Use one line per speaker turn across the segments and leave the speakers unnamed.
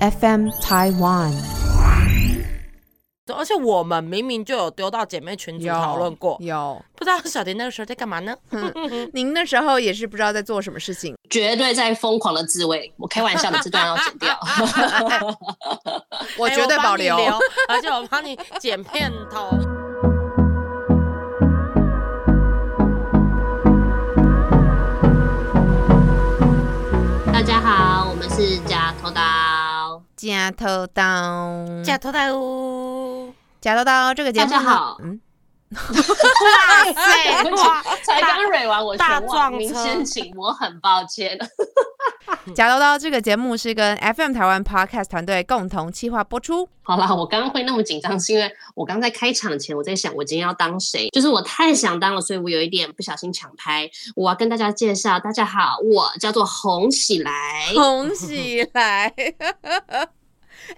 FM Taiwan。
而且我们明明就有丢到姐妹群组
有
讨论过，
有。
不知道小迪那个时候在干嘛呢？
您那时候也是不知道在做什么事情，
绝对在疯狂的自慰。我开玩笑的，这段要剪掉。
我
哎
绝对
帮
保
你
留。嗯
而且我帮你剪片头。
大家好，我们是假头刀。
假头刀，
假头大屋，
假头刀这个节目呢
大家好
嗯，
哇塞！哎哇
才刚蕊完我
大
全
撞
忘，
车
您先请，我很抱歉。
嗯
假头刀这个节目是跟 FM 台湾 Podcast 团队共同企划播出。
好啦，我刚刚会那么紧张，是因为我刚在开场前我在想我今天要当谁，就是我太想当了，所以我有一点不小心抢拍。我要跟大家介绍，大家好，我叫做红起来。
红起来。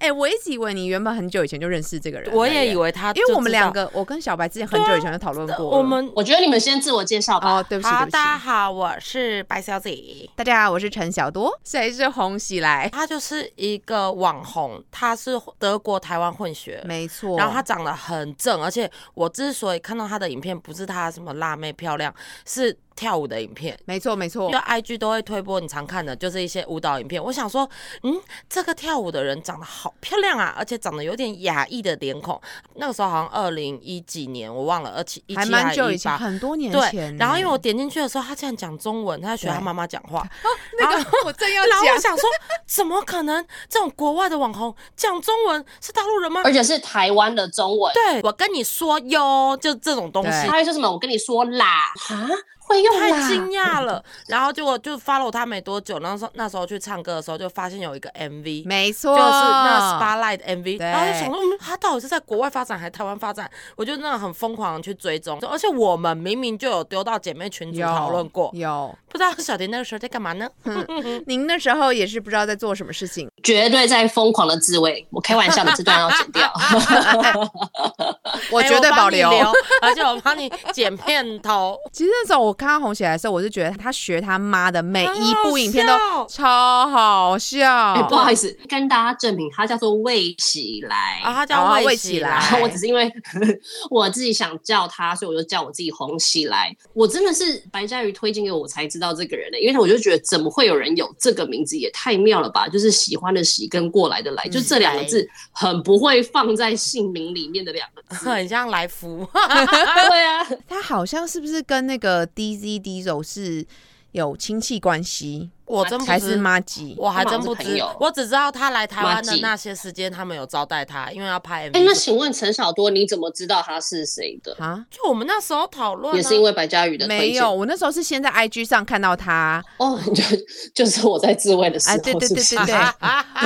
哎、我一直以为你原本很久以前就认识这个人了耶，哎
我也以为他，
因为我们两，个，我跟小白之前很久以前就讨论过了、
啊我们
我觉得你们先自我介绍吧。
哦，对不起，对
好，
不
大家
起。
好，我是白小姐。
大家好，我是陈小多。谁是红喜来？
她就是一个网红，她是德国台湾混血，
没错。
然后她长得很正，而且我之所以看到她的影片，不是她什么辣妹漂亮，是跳舞的影片。
没错没错
就，IG 都会推播你常看的，就是一些舞蹈影片。我想说，嗯，这个跳舞的人长得好漂亮啊，而且长得有点亚裔的脸孔。那个时候好像二零一几年，我忘了，二七一
还
七
蛮
还
久
是
以
一
前，
八。
很多年前
对
呢。，
然后因为我点进去的时候，他竟然讲中文，他在学他
对
妈妈讲话，
那个我 正要
然后我
讲，
想说，怎么可能？这种国外的网红讲中文是大陆人
哎
吗？
而且是台湾的中文，
对，我跟你说哟，就这种东西
对，
他会说什么？我跟你说啦，啊，会用
哎
太惊
啦。
讶 了。然后结果就 follow 他没多久，然后说那时候去唱歌的时候，就发现有一个 MV，
没错，
就是那 Spotlight MV，
对
然后就想说，嗯，他到底是在国外发展还是台湾发展？我就那种很疯狂的去追踪，而且我们明明就有丢到姐妹群组
有
讨论过，
有。
不知道小迪那个时候在干嘛呢？
您那时候也是不知道在做什么事 情，
绝对在疯狂的自慰。我开玩笑的，这段要剪
哦
掉。
我
哎
绝对
帮
保
你
留。
而且我帮你剪片头，
其实那时候我看到红起来的时候，我就觉得他学他妈的每
很
一
好
部影片
笑
都超好
哎、
笑
不。好意思，跟大家证明，它叫做魏起来。
然后他啊叫
哦
魏
魏
起
起
来
来
然，后我只是因为 我自己想叫他，所以我就叫我自己红起来。我真的是白嘉瑜推荐给我，我才知道这个人的、因为我就觉得怎么会有人有这个名字，也太妙了吧！就是喜欢的喜跟过来的来，就这两个字很不会放在姓名里面的两个字。
很像 来福，
对啊，
他好像是不是跟那个 DZ Diesel 是有亲戚关系，
我真不
还哦是
知。
妈吉？
我还真不
他们好像是朋
知
友，
我只知道他来台湾的
马季
那些时间，他们有招待他，因为要拍 MV。
哎、那请问陈小多，你怎么知道他是谁的？
啊？
就我们那时候讨论啊，
也是 因为白嘉瑜的推
没
荐
有，我那时候是先在 IG 上看到他，
哦， 就就是我在自慰的时候，
哎对对
是不是
对对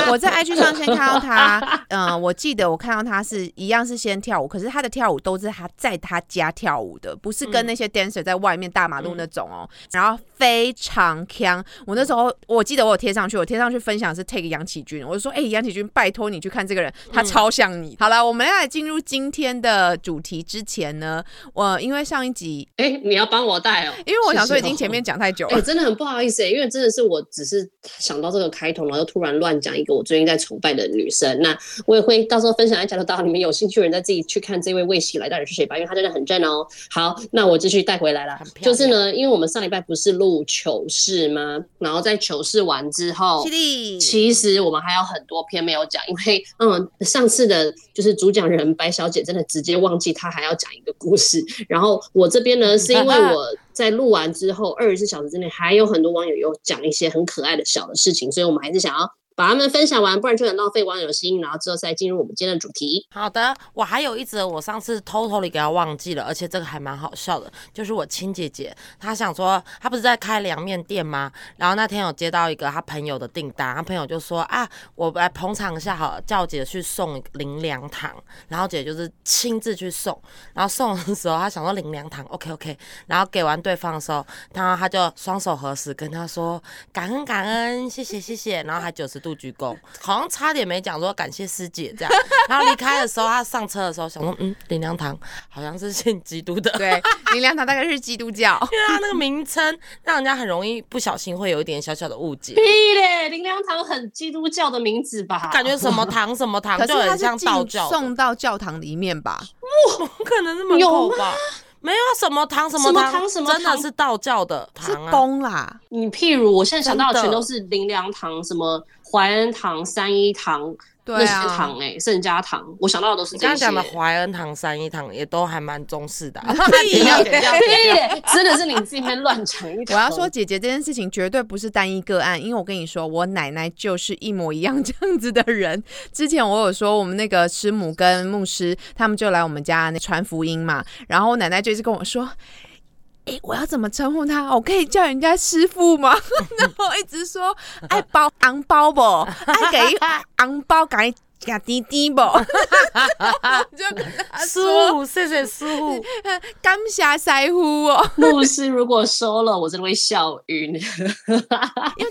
对我在 IG 上先看到他，嗯、我记得我看到他是一样是先跳舞，可是他的跳舞都是他在他家跳舞的，不是
嗯
跟那些 dancer 在外面大马路那种哦。然后非常强，我那时候我记得我有贴上去，我贴上去分享是 take 杨启军，我就说，哎、杨启军，拜托你去看这个人，
嗯
他超像你。好了，我们要来进入今天的主题之前呢，我、因为上一集，
哎、你要帮我带哦，
因为我想说已
谢谢
经前面讲太久
哎、
了，
真的很不好意思、欸，因为真的是我只是想到这个开头，然后就突然乱讲一个我最近在崇拜的女生。那我也会到时候分享在讲的到，你们有兴趣的人再自己去看这位魏喜来到底是谁吧，因为她真的很正哦。好，那我继续带回来啦
很漂。亮
就是呢，因为我们上礼拜不是录糗事吗？然后在糗事完之后
犀，利，
其实我们还有很多篇没有讲，因为 嗯，上次的就是主讲人白小姐真的直接忘记她还要讲一个故事。然后我这边呢，是因为我在录完之后二十四小时之内，还有很多网友有讲一些很可爱的小的事情，所以我们还是想要把它们分享完，不然就很浪费网友的心。然后之后再进入我们今天的主题。
好的，我还有一则，我上次偷偷的给他忘记了，而且这个还蛮好笑的，就是我亲姐姐，她想说她不是在开凉面店吗？然后那天有接到一个她朋友的订单，她朋友就说啊，我来捧场一下好了，叫我姐去送零粮堂，然后姐就是亲自去送，然后送的时候她想说零粮堂，OK OK，然后给完对方的时候，然后她就双手合十跟他说感恩感恩，谢谢谢谢，然后还九十度度鞠躬，好像差点没讲说感谢师姐这样。然后离开的时候，他上车的时候想说，嗯，林良堂好像是信基督的，
对，林良堂大概是基督教。
因为他啊那个名称让人家很容易不小心会有一点小小的误解
屁，嘞，林良堂很基督教的名字吧？
感觉什么堂什么堂
可是
就
他
很
是
像
进
道教的，
送到教堂里面吧？
不可能是门口吧？没有啊什么堂什么
什么
堂，
堂什么
真的
堂
是道教的
是
堂啊。
宫啦，
你譬如我现在想到的
真的
全都是林良堂、什么怀恩堂、三一堂、那
对
些
啊
堂，哎、盛家堂，我想到的都是
你
这
刚刚
些。
讲的怀恩堂、三一堂也都还蛮中式的啊、
屁
要
嘞
剪掉
屁嘞，真的是你自己在乱讲一
我
通。
要说，姐姐这件事情绝对不是单一个案，因为我跟你说，我奶奶就是一模一样 这样子的人。之前我有说，我们那个师母跟牧师他们就来我们家那传福音嘛，然后我奶奶就一直跟我说。诶，我要怎么称呼他？我可以叫人家师傅吗？ 然后一直说爱包昂包不，爱给昂包给给滴滴不， 就跟他
师
说
傅，谢谢师傅。
感谢师傅哦。
牧师如果收了，我真的会笑晕。
因为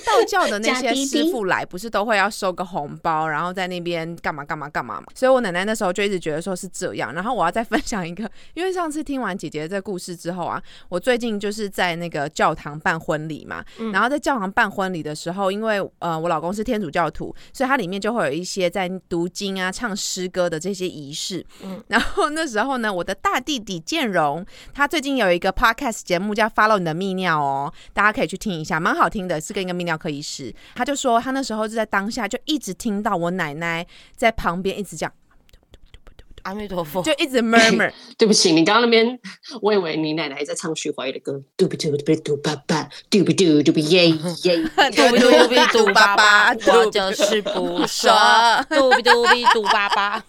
道教的那
假
些
滴滴
师傅来，不是都会要收个红包，然后在那边干嘛干嘛干嘛嘛。所以我奶奶那时候就一直觉得说是这样。然后我要再分享一个，因为上次听完姐姐这故事之后啊，我最近就是在那个教堂办婚礼嘛。然后在教堂办婚礼的时候，因为呃我老公是天主教徒，所以它里面就会有一些在读经啊、唱诗歌的这些仪式。嗯，然后那时候呢，我的大弟弟建荣，他最近有一个 podcast 节目叫《Follow 你的泌尿》哦，大家可以去听一下，蛮好听的，是跟一个泌尿科医师。他就说他那时候就在当下就一直听到我奶奶在旁边一直讲，
阿弥 陀佛，
就一直 murmur，
对不起，你刚刚那边，我以为你奶奶在唱徐怀钰的歌，嘟不嘟嘟不嘟爸爸，嘟不嘟嘟不耶耶。
嘟比嘟比嘟巴巴，我
嘟
就是不说，嘟比嘟比嘟巴巴。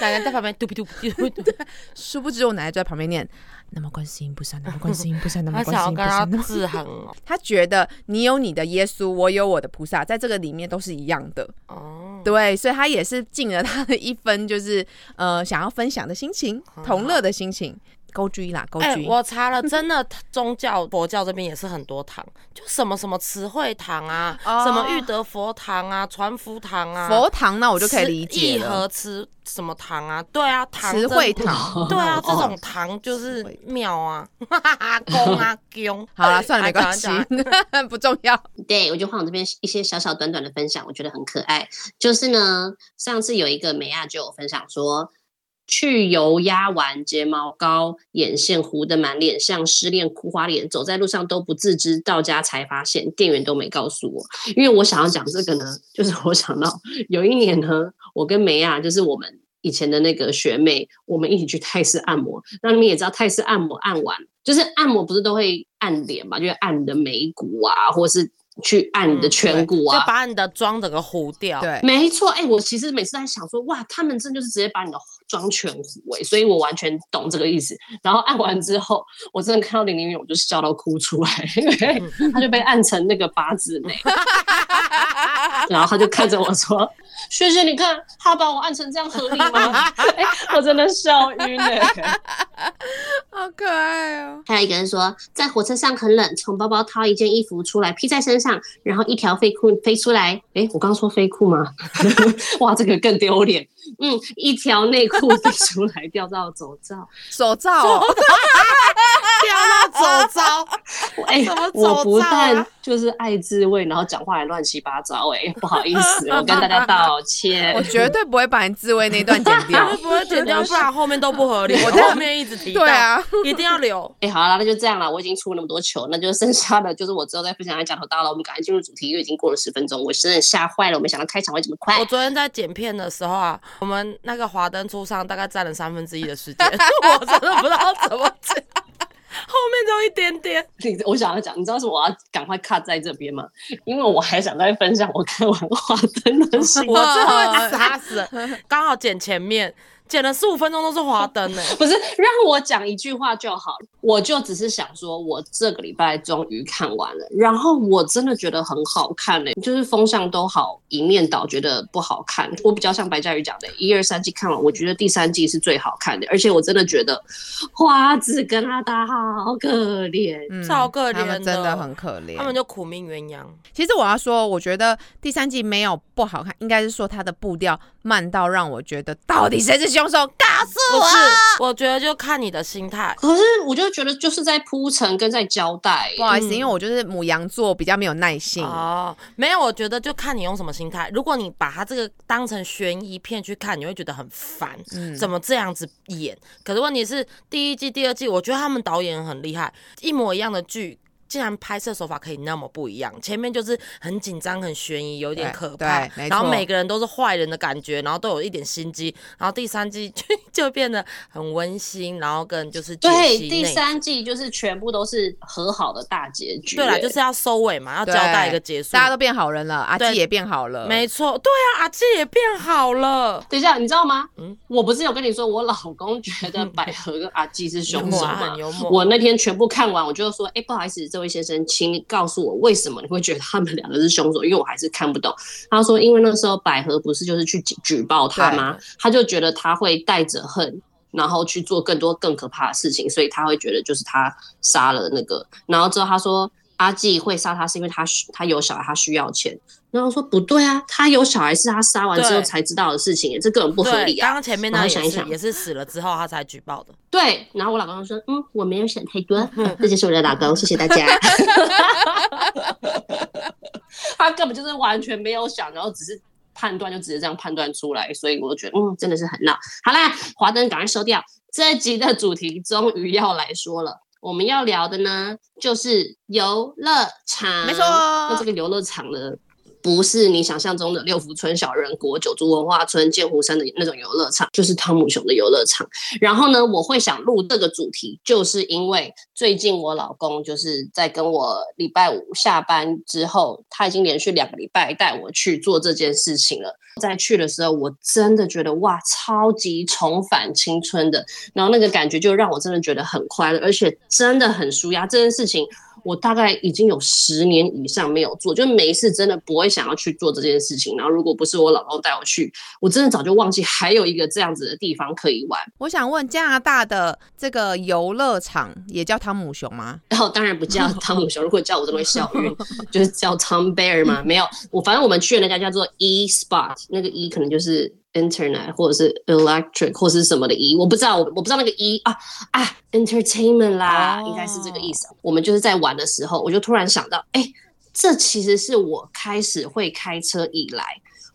奶奶在旁边嘟比嘟比嘟比嘟，
殊不知我奶奶就在旁边念。那么观世音菩萨，那么观世音菩萨，那
她
么
想
观世
要
音菩
跟
萨，
他
那么
制衡哦。
他觉得你有你的耶稣，我有我的菩萨，在这个里面都是一样的。
哦，
对，所以他也是尽了他的一分，就是呃想要分享的心情，同乐的心情，勾居啦，勾
嗯哎、
居。
我查了，真的宗教佛教这边也是很多堂，就什么什么慈惠堂啊，
哦
什么育德佛堂啊，传福堂啊，
佛堂那我就可以理解
慈义
了
和，慈什么堂啊？对啊，堂
慈惠
真。
堂。
对啊，
哦
这种堂就
慈
是
惠
庙啊， 宫啊，宫。
好了，算了，
哎
没关系
讲完讲完，
不重要。
对，我就换我这边一些小小短短的分享，我觉得很可爱。就是呢，上次有一个美亚就有分享说，去油压完睫毛膏，眼线糊得满脸像失恋哭花脸，走在路上都不自知，到家才发现，店员都没告诉我。因为我想要讲这个呢，就是我想到有一年呢，我跟梅亚就是我们以前的那个学妹，我们一起去泰式按摩。那你们也知道，泰式按摩按完，就是按摩不是都会按脸嘛，就是按你的眉骨啊，或是去按你的颧骨啊。
就把你的妆整个糊掉。
对，
没错，哎、我其实每次在想说，哇，他们真的就是直接把你的妆全糊哎、所以我完全懂这个意思。然后按完之后，我真的看到零零零，我就笑到哭出来， 因为他就被按成那个八字眉，然后他就看着我说：“学姐，你看他把我按成这样合理 吗？” 哎、我真的笑晕了、欸
好可爱哦。
还有一个人说，在火车上很冷，从包包掏一件衣服出来披在身上，然后一条飞裤飞出来。诶，我刚说飞裤吗？ 哇，这个更丢脸。嗯，一条内裤飞出来掉到走道。
手罩哦，
掉到 走糟，
哎、
什么
我
走
不
道啊
但就是爱自慰，然后讲话还乱七八糟、哎，不好意思，我跟大家道
我
歉。
绝对不会把你自慰那段剪 掉
会。不会剪掉？不然后面都不合理。我
在
后面一直提到，
对，啊，
一定要留。
哎、好啦，那就这样啦。我已经出那么多球，那就剩下的就是我之后再分享来讲头大了。我们赶快进入主题，因为已经过了十分钟，我真的吓坏了，我没想到开场会这么快
我。昨天在剪片的时候啊，我们那个华灯初上大概占了三分之一的时间， 我真的不知道怎么剪，后面只有一点点。
你我想要讲，你知道为什么我要赶快 cut 在这边吗？因为我还想再 分享我看完《华灯的心》。
我真的会杀死，刚好剪前面，剪了十五分钟都是华灯欸呢、
不是让我讲一句话就好，我就只是想说，我这个礼拜终于看完了，然后我真的觉得很好看嘞、就是风向都好，一面倒觉得不好看。我比较像白嘉宇讲的，一二三季看完，我觉得第三季是最好看的，而且我真的觉得花子跟阿达好可怜。
嗯
超可
他们
怜
真的
的
很可怜。
他们就苦命鸳鸯。
其实我要说，我觉得第三季没有不好看，应该是说它的步调慢到让我觉得到底谁是凶手，告诉
不
我。
是，我觉得就看你的心态。
可是我就觉得就是在铺陈跟在交代欸耶、
不好意思，
嗯
因为我就是母羊座，比较没有耐性。
哦，没有，我觉得就看你用什么心态。如果你把它这个当成悬疑片去看，你会觉得很烦，
嗯
怎么这样子演？可是问题是，第一季、第二季，我觉得他们导演很厉害，一模一样的剧。竟然拍摄手法可以那么不一样，前面就是很紧张、很悬疑，有点
对
可怕
对，没
然后
错
每个人都是坏人的感觉，然后都有一点心机，然后第三季 就就变得很温馨，然后跟就是解
对，
析
第
内
三季就是全部都是和好的大结局耶、
对啦，就是要收尾嘛，要交
对
代一个结束。
大家都变好人了，阿
对
纪也变好了，
没错，对啊，阿纪也变好了。
等一下，你知道吗？
嗯
我不是有跟你说，我老公觉 得百合跟阿纪是凶手
幽默啊
吗
很幽？默
我那天全部看完，我就说，哎、不好意思，这位先生，请告诉我为什么你会觉得他们两个是凶手？因为我还是看不懂。他说，因为那时候百合不是就是去举举报他吗？他就觉得他会带着恨。然后去做更多更可怕的事情，所以他会觉得就是他杀了那个。然后之后他说阿纪会杀他是因为他需他有小孩，他需要钱。然后我说不对啊，他有小孩是他杀完之后
对
才知道的事情耶，这根本不合
对，
理
刚
啊。
刚前面那
然后
也是
想一想
也是死了之后他才举报的，
对，然后我老公就说，嗯，我没有想太多，这就是我的老公， 谢谢大家。他根本就是完全没有想，然后只是判断就直接这样判断出来，所以我就觉得，嗯，真的是很闹。好啦，华灯赶快收掉，这集的主题终于要来说了。我们要聊的呢，就是游乐场。
没错
那这个游乐场呢，不是你想象中的六福村、小人国、九族文化村、剑湖山的那种游乐场，就是汤姆熊的游乐场。然后呢，我会想录这个主题，就是因为最近我老公就是在跟我礼拜五下班之后，他已经连续两个礼拜带我去做这件事情了。在去的时候，我真的觉得哇，超级重返青春的，然后那个感觉就让我真的觉得很快乐，而且真的很舒压。这件事情我大概已经有十年以上没有做，就每一次真的不会想要去做这件事情。然后如果不是我老公带我去，我真的早就忘记还有一个这样子的地方可以玩。
我想问，加拿大的这个游乐场也叫汤姆熊吗？
然后当然不叫汤姆熊，如果叫我真的会笑晕，就是叫 Tom Bear 嘛。没有，我反正我们去的那家叫做 E Spot，那个 E 可能就是 Internet 或者是 Electric 或是什么的 E，我不知道，我我不知道那个 E 啊啊 Entertainment 啦
哦
应该是这个意思。我们就是在玩的时候，我就突然想到，哎、这其实是我开始会开车以来。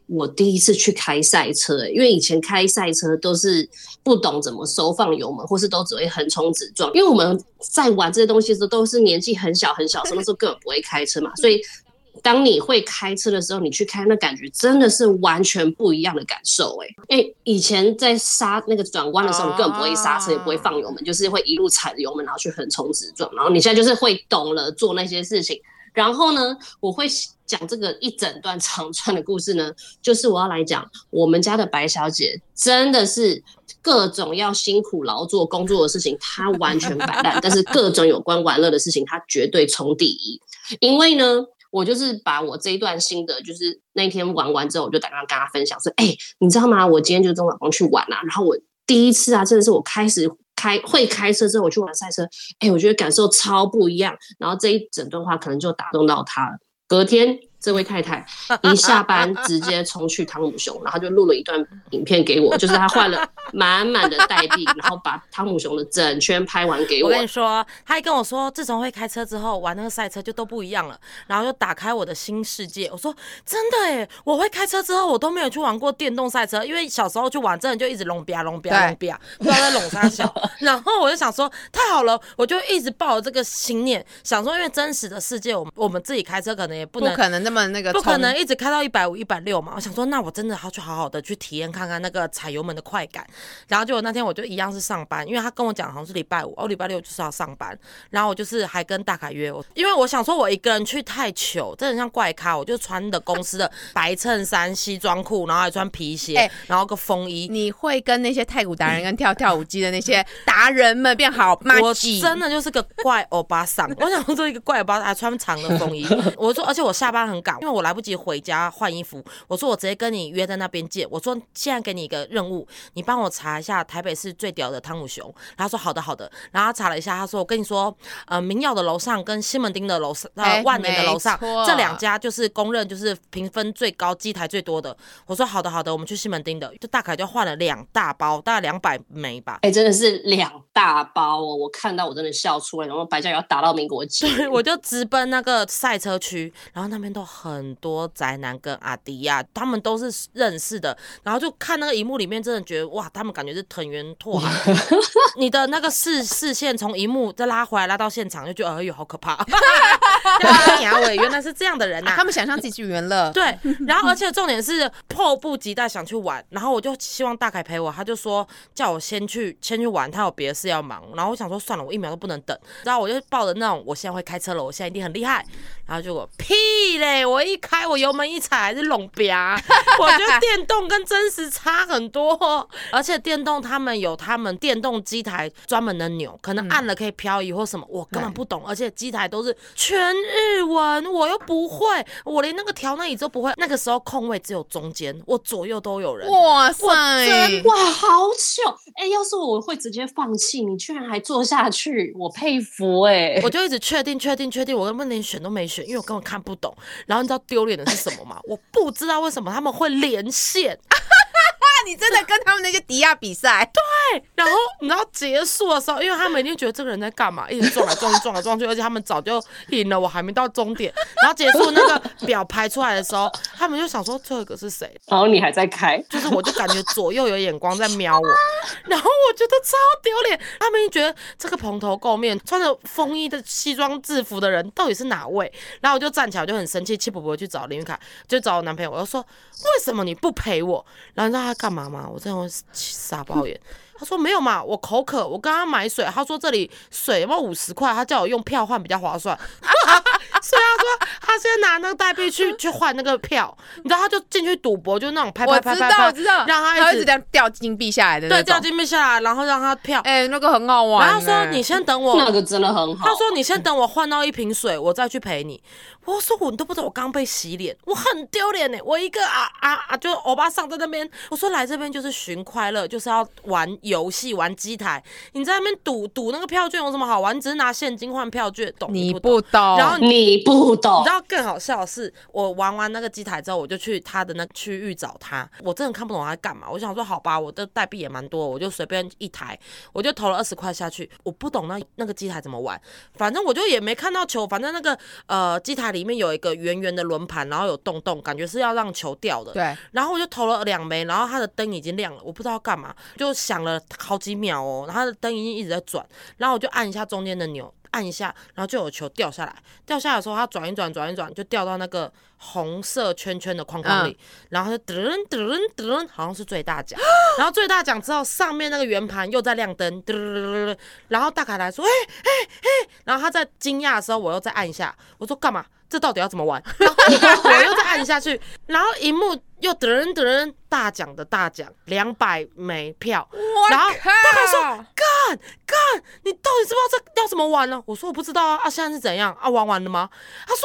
我第一次去开赛车、欸因为以前开赛车都是不懂怎么收放油门，或是都只会横冲直撞。因为我们在玩这些东西的时候，都是年纪很小很小，什么时候根本不会开车嘛，所以当你会开车的时候，你去开那感觉真的是完全不一样的感受哎、因为以前在刹那个转弯的时候，
哦
你根本不会刹车，也不会放油门，就是会一路踩着油门，然后去横冲直撞。然后你现在就是会懂了做那些事情。然后呢，我会讲这个一整段长串的故事呢，就是我要来讲我们家的白小姐真的是各种要辛苦劳作工作的事情，她完全摆烂，但是各种有关玩乐的事情，她绝对冲第一。因为呢，我就是把我这一段心得，就是那天玩完之后，我就打电话跟他分享说：“哎、你知道吗？我今天就跟我老公去玩啊，然后我第一次啊，真的是我开始开会开车之后，我去玩赛车，哎、我觉得感受超不一样。”然后这一整段话可能就打动到他了。隔天，这位太太一下班直接冲去汤姆熊，然后就录了一段影片给我，就是他换了满满的代币，然后把汤姆熊的整圈拍完给
我
哎我。
跟你说，他还跟我说，自从会开车之后，玩那个赛车就都不一样了，然后就打开我的新世界。我说真的哎，我会开车之后，我都没有去玩过电动赛车，因为小时候去玩，真的就一直龙啪龙啪
对
龙啪，不知道在龙啥小。然后我就想说，太好了，我就一直抱着这个心念，想说，因为真实的世界，我们我们自己开车可能也不
不
能
可能那那么那个
不可
冲
能一直开到一百五、一百六嘛。我想说，那我真的要去好好的去体验看看那个踩油门的快感。然后结果那天我就一样是上班，因为他跟我讲好像是礼拜五，哦，礼拜六就是要上班。然后我就是还跟大凯约我，因为我想说我一个人去太糗，真的像怪咖。我就穿的公司的白衬衫、西装裤，然后还穿皮鞋，
哎
然后个风衣。
你会跟那些太古达人跟跳跳舞机的那些达人们变好吗？
我真的就是个怪欧 巴桑，我想做一个怪欧巴桑，还穿长的风衣。我说，而且我下班很赶，因为我来不及回家换衣服。我说，我直接跟你约在那边见。我说，现在给你一个任务，你帮我查一下台北市最屌的汤姆熊。然后他说好的好的，然后他查了一下，他说我跟你说，呃，明耀的楼上跟西门町的楼上，呃
哎，
万年的楼上
没错
这两家就是公认就是评分最高、机台最多的。我说好的好的，我们去西门町的，就大概就换了两大包，大概两百枚吧。
哎、真的是两大包哦！我看到我真的笑出来，然后白嘉也要打到民国几年？
对，我就直奔那个赛车区，然后那边都很多宅男跟阿迪亚，他们都是认识的，然后就看那个荧幕里面，真的觉得哇，他们感觉是藤原拓海，你的那个视视线从荧幕再拉回来，拉到现场，就觉得哎呦好可怕， 对啊，你啊，我也原来是这样的人呐、
啊
啊
他们想象自己去娱乐，
对，然后而且重点是迫不及待想去玩，然后我就希望大凯陪我，他就说叫我先去先去玩，他有别的事要忙。然后我想说算了，我一秒都不能等。然后我就抱着那种我现在会开车了，我现在一定很厉害。然后结果屁嘞，我一开我油门一踩还是拢啪，我觉得电动跟真实差很多，而且电动他们有他们电动机台专门的钮，可能按了可以漂移或什么，我根本不懂，而且机台都是全日文，我又不会，我连那个调那椅都不会。那个时候空位只有中间，我左右都有人。
哇塞，
哇，好糗！哎、要是我我会直接放弃，你居然还做下去，我佩服哎、
我就一直确定、确定、确定，我根本连选都没选，因为我根本看不懂。然后你知道丢脸的是什么吗？我不知道为什么他们会连线，
那你真的跟他们那些迪亚比赛，
然后你知道结束的时候，因为他们一定觉得这个人在干嘛，一直撞来撞去、撞来撞去，而且他们早就赢了，我还没到终点。然后结束那个表排出来的时候，他们就想说最后一个是谁，
然后你还在开，
就是我就感觉左右有眼光在瞄我，然后我觉得超丢脸。他们一定觉得这个蓬头垢面、穿着风衣的西装制服的人到底是哪位？然后我就站起来，我就很生气，气勃勃地去找林玉凯，就找我男朋友，我就说为什么你不陪我？然后你知道他干嘛吗？我真的会傻爆眼。他说没有嘛，我口渴，我刚刚买水。他说这里水要不五十块，他叫我用票换比较划算。 所以他说他先拿那个代币去去换那个票，你知道他就进去赌博，就那种拍
我
拍
知
拍拍
道，
拍，
我知道，
让
他
他
会一直这样掉金币下来的那
对掉
种，
金币下来，然后让他票。
哎，那个很好玩
然
欸。
后他说你先等我，
那个真的很好。
他说：“你先等我换到一瓶水，我再去陪你。” 我说：“我你都不知道，我刚被洗脸，我很丢脸呢。我一个啊啊啊，就欧巴桑在那边。我说来这边就是寻快乐，就是要玩游戏、玩机台。你在那边赌赌那个票券有什么好玩？你只是拿现金换票券，懂
你
不懂？
不懂，
然后
你不懂
你知，道更好笑的是，我玩完那个机台之后，我就去他的那区域找他，我真的看不懂他在干嘛。我想说，好吧，我的代币也蛮多，我就随便一台，我就投了二十块下去。我不懂那那个机台怎么玩，反正我就也没看到球，反正那个呃机台里面有一个圆圆的轮盘，然后有洞洞，感觉是要让球掉的。
对，
然后我就投了两枚，然后它的灯已经亮了，我不知道干嘛，就想了好几秒哦，然后它的灯已经一直在转，然后我就按一下中间的钮，按一下，然后就有球掉下来，掉下来的时候它转一转，转一转就掉到那个红色圈圈的框框里，然后它就噔噔噔，好像是最大奖，然后最大奖之后上面那个圆盘又在亮灯，噔噔噔噔噔，然后大凯来说，哎哎哎，然后他在惊讶的时候，我又再按一下，我说干嘛？这到底要怎么玩？然后我又再按下去，然后荧幕又噔噔噔大奖的大奖，两百枚票，然后大概说干干，你到底知不知道这要怎么玩呢、我说我不知道啊，啊现在是怎样啊？玩完了吗？他说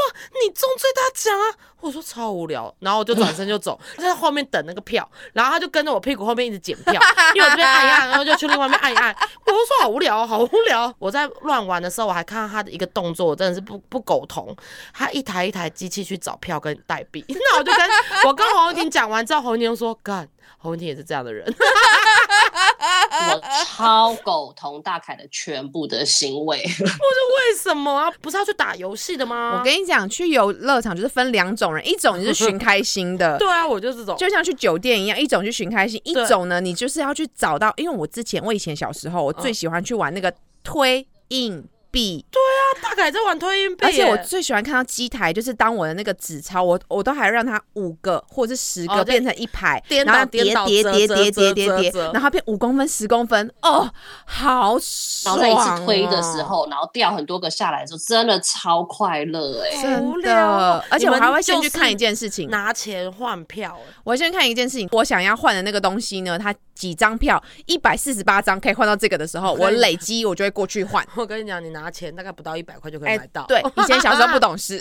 你中最大奖啊！我说超无聊，然后我就转身就走，他在后面等那个票，然后他就跟着我屁股后面一直捡票，因为我这边按一按，然后就去另外一边按一按。我就说好无聊哦，好无聊哦。我在乱玩的时候，我还看到他的一个动作，我真的是不不苟同。他一台一台机器去找票跟代币， 那我就跟我跟洪婷讲完之后，洪婷就说干，洪婷也是这样的人。 呃
我超苟同大凯的全部的 行为。
为什么啊？不是要去打游戏的吗？
我跟你讲，去游乐场就是分两种人，一种就是寻开心 的，
对啊，我就这种。
就像去酒店一样，一种去寻开心，一
对
种呢，你
嗯
就是要去找到。因为我之前，我以前小时候，我最喜欢去玩那个推硬币。币，
大概在玩推硬币耶，
而且我最喜欢看到机台，就是当我的那个纸钞，我我都还让它五个或者是十
哦
个
对
变成一排，
颠倒
然后叠
颠倒
叠
折
叠
折
叠叠
折
叠
折
叠
折，
然后变五公分、十公分，哦，好
然
爽、哦！
后在一次推的
啊
时，候，然后掉很多个下来的时候，真的超快乐哎、
好无
真
聊
的
哦，
而且
你
我
们
还会先
就
去
是
看一件事情，
拿钱换票欸耶，
我先看一件事情，我想要换的那个东西呢，它几张票，一百四十八张可以换到这个的时候，
可以
我累积我就会过去 换。
我跟你讲，你拿钱大概不到一百块就可
哎、
以买到，
对，以前小时候不懂事，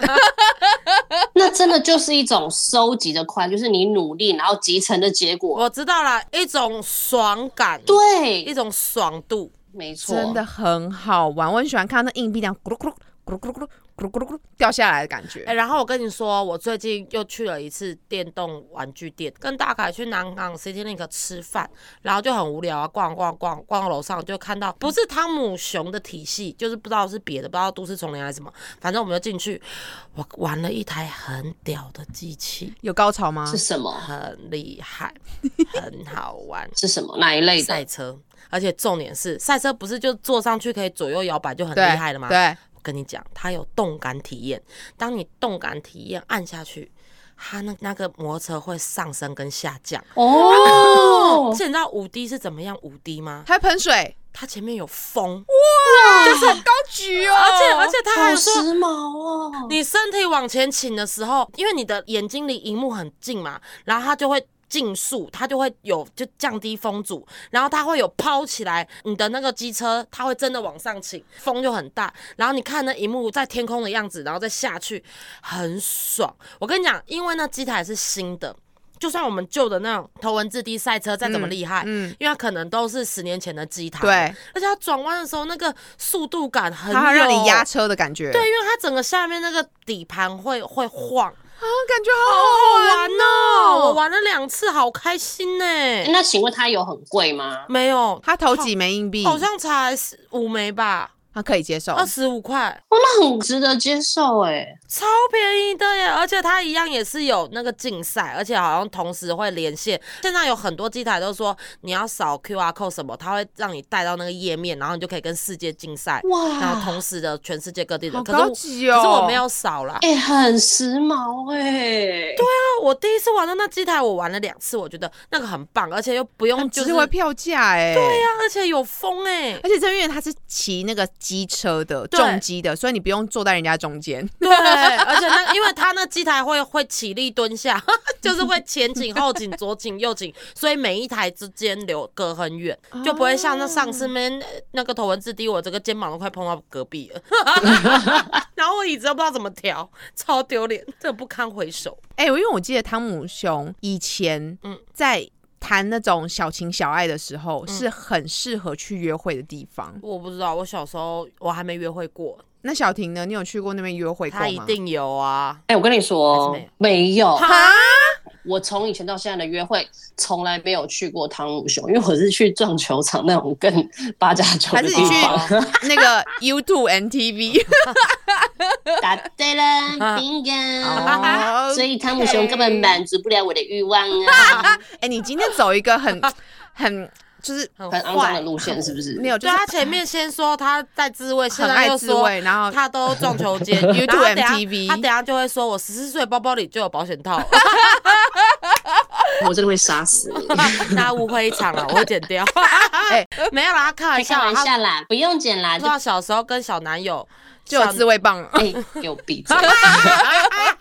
那真的就是一种收集的快乐，就是你努力然后集成的结果。
我知道了，一种爽感，，一
对，
种爽度。
没错，
真的很好玩。我很喜欢看到那硬币这样咕噜咕噜咕噜咕噜咕噜咕噜咕噜咕噜掉下来的感觉。
哎、然后我跟你说，我最近又去了一次电动玩具店，跟大凯去南港 CityLink 吃饭，然后就很无聊啊，逛逛逛逛到楼上就看到不是汤姆熊的体系，就是不知道是别的，不知道都市丛林还是什么，反正我们就进去，我玩了一台很屌的机器，
有高潮吗
是？什么？
很厉害，很好玩，
是什么？哪一类的？
赛车。而且重点是，赛车不是就坐上去可以左右摇摆就很厉
对，
害了吗？
对，
我跟你讲，它有动感体验。当你动感体验按下去，它那那个摩托车会上升跟下降。
哦
而，且你知道五 D 是怎么样五 D 吗？
还喷水，
它前面有风，
就是很高举哦。
而且而且它还
好
有
时
说。
髦哦！
你身体往前倾的时候，因为你的眼睛离荧幕很近嘛，然后它就会竞速，它就会有就降低风阻，然后它会有抛起来，你的那个机车它会真的往上倾，风就很大，然后你看那荧幕在天空的样子，然后再下去，很爽。我跟你讲，因为那机台是新的。就算我们旧的那种头文字 D 赛车再怎么厉害，
嗯嗯
因为它可能都是十年前的机台，
对，
而且它转弯的时候那个速度感很
嗯
有，
它会让你压车的感觉，
对，因为它整个下面那个底盘会会晃，
啊，感觉好好玩
哦，我
哦。
玩了两次，好开心呢、
诶那请问它有很贵吗？
没有，
它投几枚硬币，
好像才十五枚吧，
它可以接受。
二十五块，
哦，那很值得接受哎、
超便宜的耶！而且它一样也是有那个竞赛，而且好像同时会连线。现在有很多机台都说你要扫 QR code 什么，它会让你带到那个页面，然后你就可以跟世界竞赛，
哇，
然后同时的全世界各地的。
好
可是我
高级哦
可是我没有扫啦。
哎、很时髦哎、对啊，
我第一次玩到那机台，我玩了两次，我觉得那个很棒，而且又不用
很
就
值
是
回票价哎、对呀、
啊，而且有风哎、
而且这因为它是骑那个机车的
对
重机的，所以你不用坐在人家中 间，
对，而且那因为它那机台会会起立蹲下， 就是会前倾、后倾、左倾、右倾，所以每一台之间留隔很远，就不会像那上次面那个头文字 D，我这个肩膀都快碰到隔壁了，然后我椅子都不知道怎么调，超丢脸，这不堪回首。
哎、我因为我记得汤姆熊以前
嗯
在谈那种小情小爱的时候，是很适合去约会的地方。
我不知道，我小时候我还没约会过，
那小婷呢？你有去过那边约会过吗？
他一定有啊。
哎、我跟你
还
说
是没有，
没有，
哈，
我从以前到现在的约会，从来没有去过汤姆熊，因为我是去撞球场那种更八加九
还
的
是
地
你去
方。
那个 YouTube NTV？
答对了，bingo！所以汤姆熊根本满足不了我的欲望 啊，
哎、你今天走一个 很很就是
很
很肮脏的路线是不是？
没哦有，就
对啊
是
他前面先说他在自慰，现
很
在
爱
又
自
说
慰，然后
他都撞球 街
YouTube
然后等下
MTV
他等下就会说我十四岁包包里就有保险套，
我真的会杀死你。
大家误会一场了，我会剪掉。
哎
没有啦，他开玩
开
笑啦，
玩
他
笑啦，不用 剪啦，
不知
就
道小时候跟小男友
就有自慰棒了。
哎、给我闭嘴！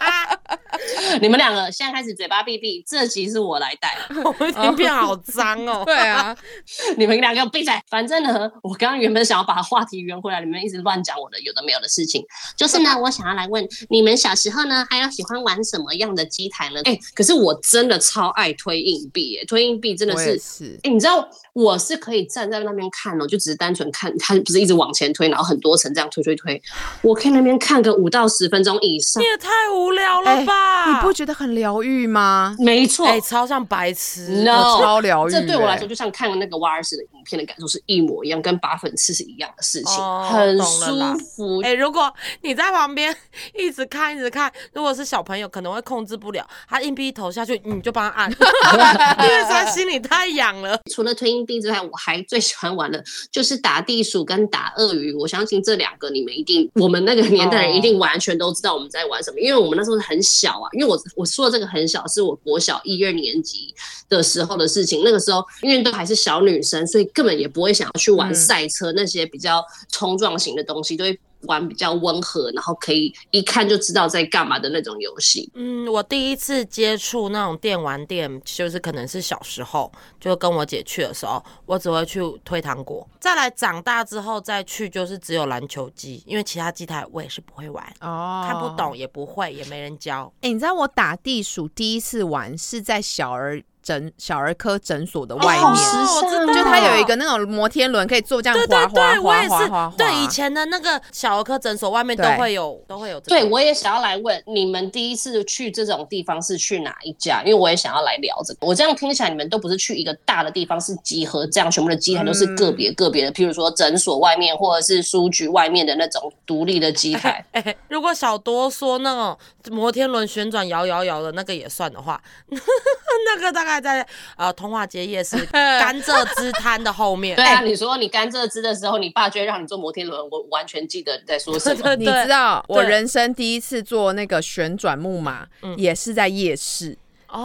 你们两个现在开始嘴巴闭闭，这集是我来带，
我们已经变好脏 哦。
对啊，
你们两个闭嘴。反正呢，我刚刚原本想要把话题圆回来，你们一直乱讲我的有的没有的事情。就是 呢，我想要来问你们小时候呢，还有喜欢玩什么样的机台呢？哎、可是我真的超爱推硬币耶，推硬币真的
我
是
也是。
哎、你知道我是可以站在那边看哦，就只是单纯看，它不是一直往前推，然后很多层这样推推推，我可以那边看个五到十分钟以上
你。也太无聊了吧！吧？
哎你不觉得很疗愈 吗？
没错
哎、超像白痴
No
我超疗愈欸、
这对我来说，就像看了那个瓦尔斯的影片的感受是一模一样，跟拔粉刺是一样的事情，
哦
很
懂了啦
舒服。
哎、如果你在旁边一直看一直看，如果是小朋友可能会控制不了，他硬币投下去，你就帮他按， 因为他心里太痒了。
除了推硬币之外，我还最喜欢玩的就是打地鼠跟打鳄鱼。我相信这两个你们一定，我们那个年代人一定完全都知道我们在玩什么，因为我们那时候很小啊。因为我我说的这个很小，是我国小一二年级的时候的事情。那个时候因为都还是小女生，所以根本也不会想要去玩
嗯
赛车那些比较冲撞型的东西，都会玩比较温和，然后可以一看就知道在干嘛的那种游戏。
嗯，我第一次接触那种电玩店，就是可能是小时候，就跟我姐去的时候，我只会去推糖果。再来长大之后再去，就是只有篮球机，因为其他机台我也是不会玩，
哦
看不懂也不会，也没人教。
哎、你知道我打地鼠第一次玩是在小儿诊小儿科诊所的外面，
哎好时
哦我知
尚
道
哦
就它有一个那种摩天轮可以坐这样
对
滑
对
滑
对，我
滑
也
滑滑
是
滑。。
对以前的那个小儿科诊所外面都
对
会有，都会有、这个。。
对，我也想要来问你们第一次去这种地方是去哪一家？因为我也想要来聊这个。我这样听起来，你们都不是去一个大的地方，是集合这样全部的机台都是个别个别的，譬如说诊所外面或者是书局外面的那种独立的机台
哎、如果小多说那种摩天轮旋转摇摇摇的那个也算的话， 那个大概在呃通化街 夜市
呃
甘蔗汁摊的后面。哎
对啊，你说你甘蔗汁的时候，你爸就会让你坐摩天轮，我完全记得你在说什么。
对
你知道我
对
人生第一次坐那个旋转木马，也是在夜市，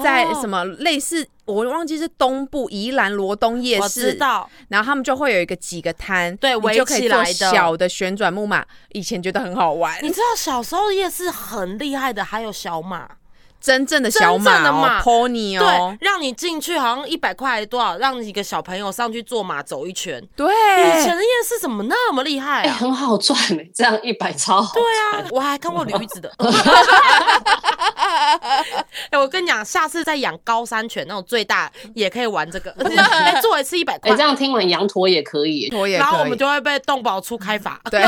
在什
么？
么类似我忘记是东部宜兰罗东夜
我
市
知，道，
然后他们就会有一个几个摊，
对
你
围
就可
起
以坐
来的
小的旋转木马，以前觉得很好玩，
你知道小时候夜市很厉害的，还有小马，
真正的小马、哦、
真正的马
pony 哦
对，，让你进去好像一百块还多少，让一个小朋友上去坐马走一圈。
对，
以前的夜市怎么那么厉害
哎、
啊？
很好赚、欸，这样一百超好。
对啊，我还看过驴子 的。哎、我跟你讲，下次再养高山犬那种最大，也可以 玩这个。哎，做一次一百
哎、
块
这，样听完羊驼也可以、欸。
我也
然后我
可以。
们就会被动保处开罚。
对，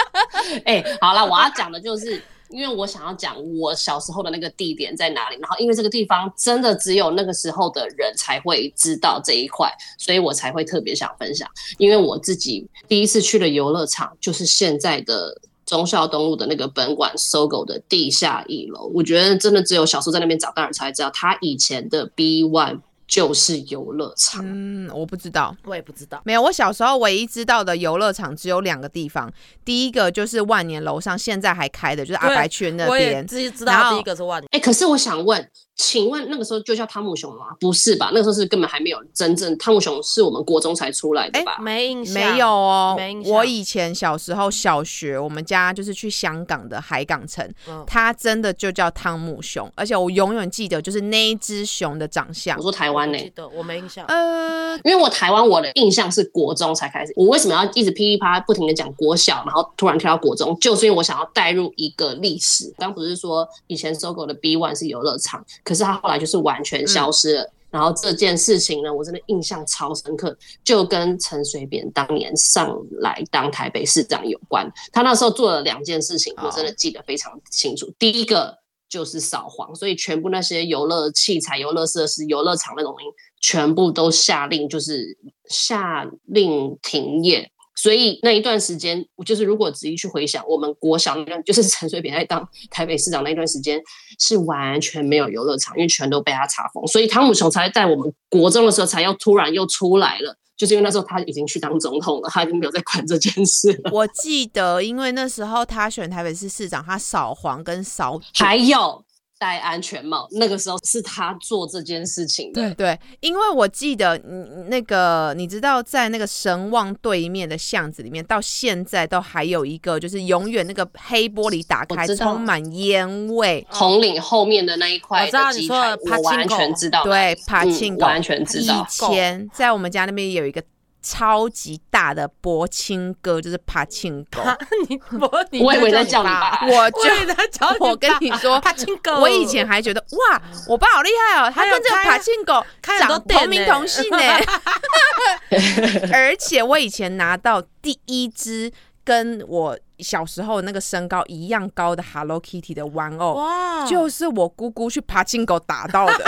哎、好了，我要讲的就是，因为我想要讲我小时候的那个地点在哪里，然后因为这个地方真的只有那个时候的人才会知道这一块，所以我才会特别想分享。因为我自己第一次去的游乐场就是现在的。忠孝东路的那个本馆搜狗的地下一楼，我觉得真的只有小时候在那边长大的人才知道，他以前的 B One 就是游乐场。
嗯，我不知道，
我也不知道，
没有。我小时候唯一知道的游乐场只有两个地方，第一个就是万年楼上现在还开的，就是阿白区那
我也
边。
只知
然
道
后
第一个是万年。
哎、可是我想问，请问那个时候就叫汤姆熊吗？不是吧？那个时候是根本还没有真正汤姆熊，是我们国中才出来的吧？
没印象，
没有哦
没印，象
我以前小时候小学，我们家就是去香港的海港城，
嗯
它真的就叫汤姆熊，而且我永远记得就是那一只熊的长相
我。说台湾呢、
我记得我没印象。
呃，
因为我台湾我的印象是国中才开始，我为什么要一直噼里啪啦不停的讲国小，然后突然跳到国中，就是因为我想要带入一个历史。刚不是说以前搜狗的 B One 是游乐场，可是它后来就是完全消失了。然后这件事情呢，我真的印象超深刻，就跟陈水扁当年上来当台北市长有关。他那时候做了两件事情，我真的记得非常清楚。第一个就是扫黄，所以全部那些游乐器材、游乐设施、游乐场那种全部都下令，就是下令停业。所以那一段时间，我就是如果仔细去回想，我们国小那段就是陈水扁在当台北市长那一段时间，是完全没有游乐场，因为全都被他查封。所以汤姆熊才在我们国中的时候，才又突然又出来了，就是因为那时候他已经去当总统了，他已经没有在管这件事了。
我记得，因为那时候他选台北市市长，他扫黄跟扫毒
还有戴安全帽，那个时候是他做这件事情的。
对，因为我记得嗯，那个，你知道，在那个神旺对面的巷子里面，到现在都还有一个，就是永远那个黑玻璃打开，
知道
充满烟味。
统领后面的那一块
我知道
的
你
机
说
台，
的
我完
Pachinko
全知道。
对，爬
嗯
庆狗、
完全知道
以前在我们家那边有一个超级大的博青哥，就是爬庆狗。
啊 你我你
我以为在
叫
叫你
爸，
爸，
我
我以为
就
在叫你
我跟你说
怕亲哥，
我以前还觉得哇，我爸好厉害哦，他
还有
跟这个
开啊
爬庆狗
开很多
长同
店
名
呢
同 姓呢、而且我以前拿到第一只跟我小时候那个身高一样高的 Hello Kitty 的玩偶，
哇，
就是我姑姑去爬青狗打到 的。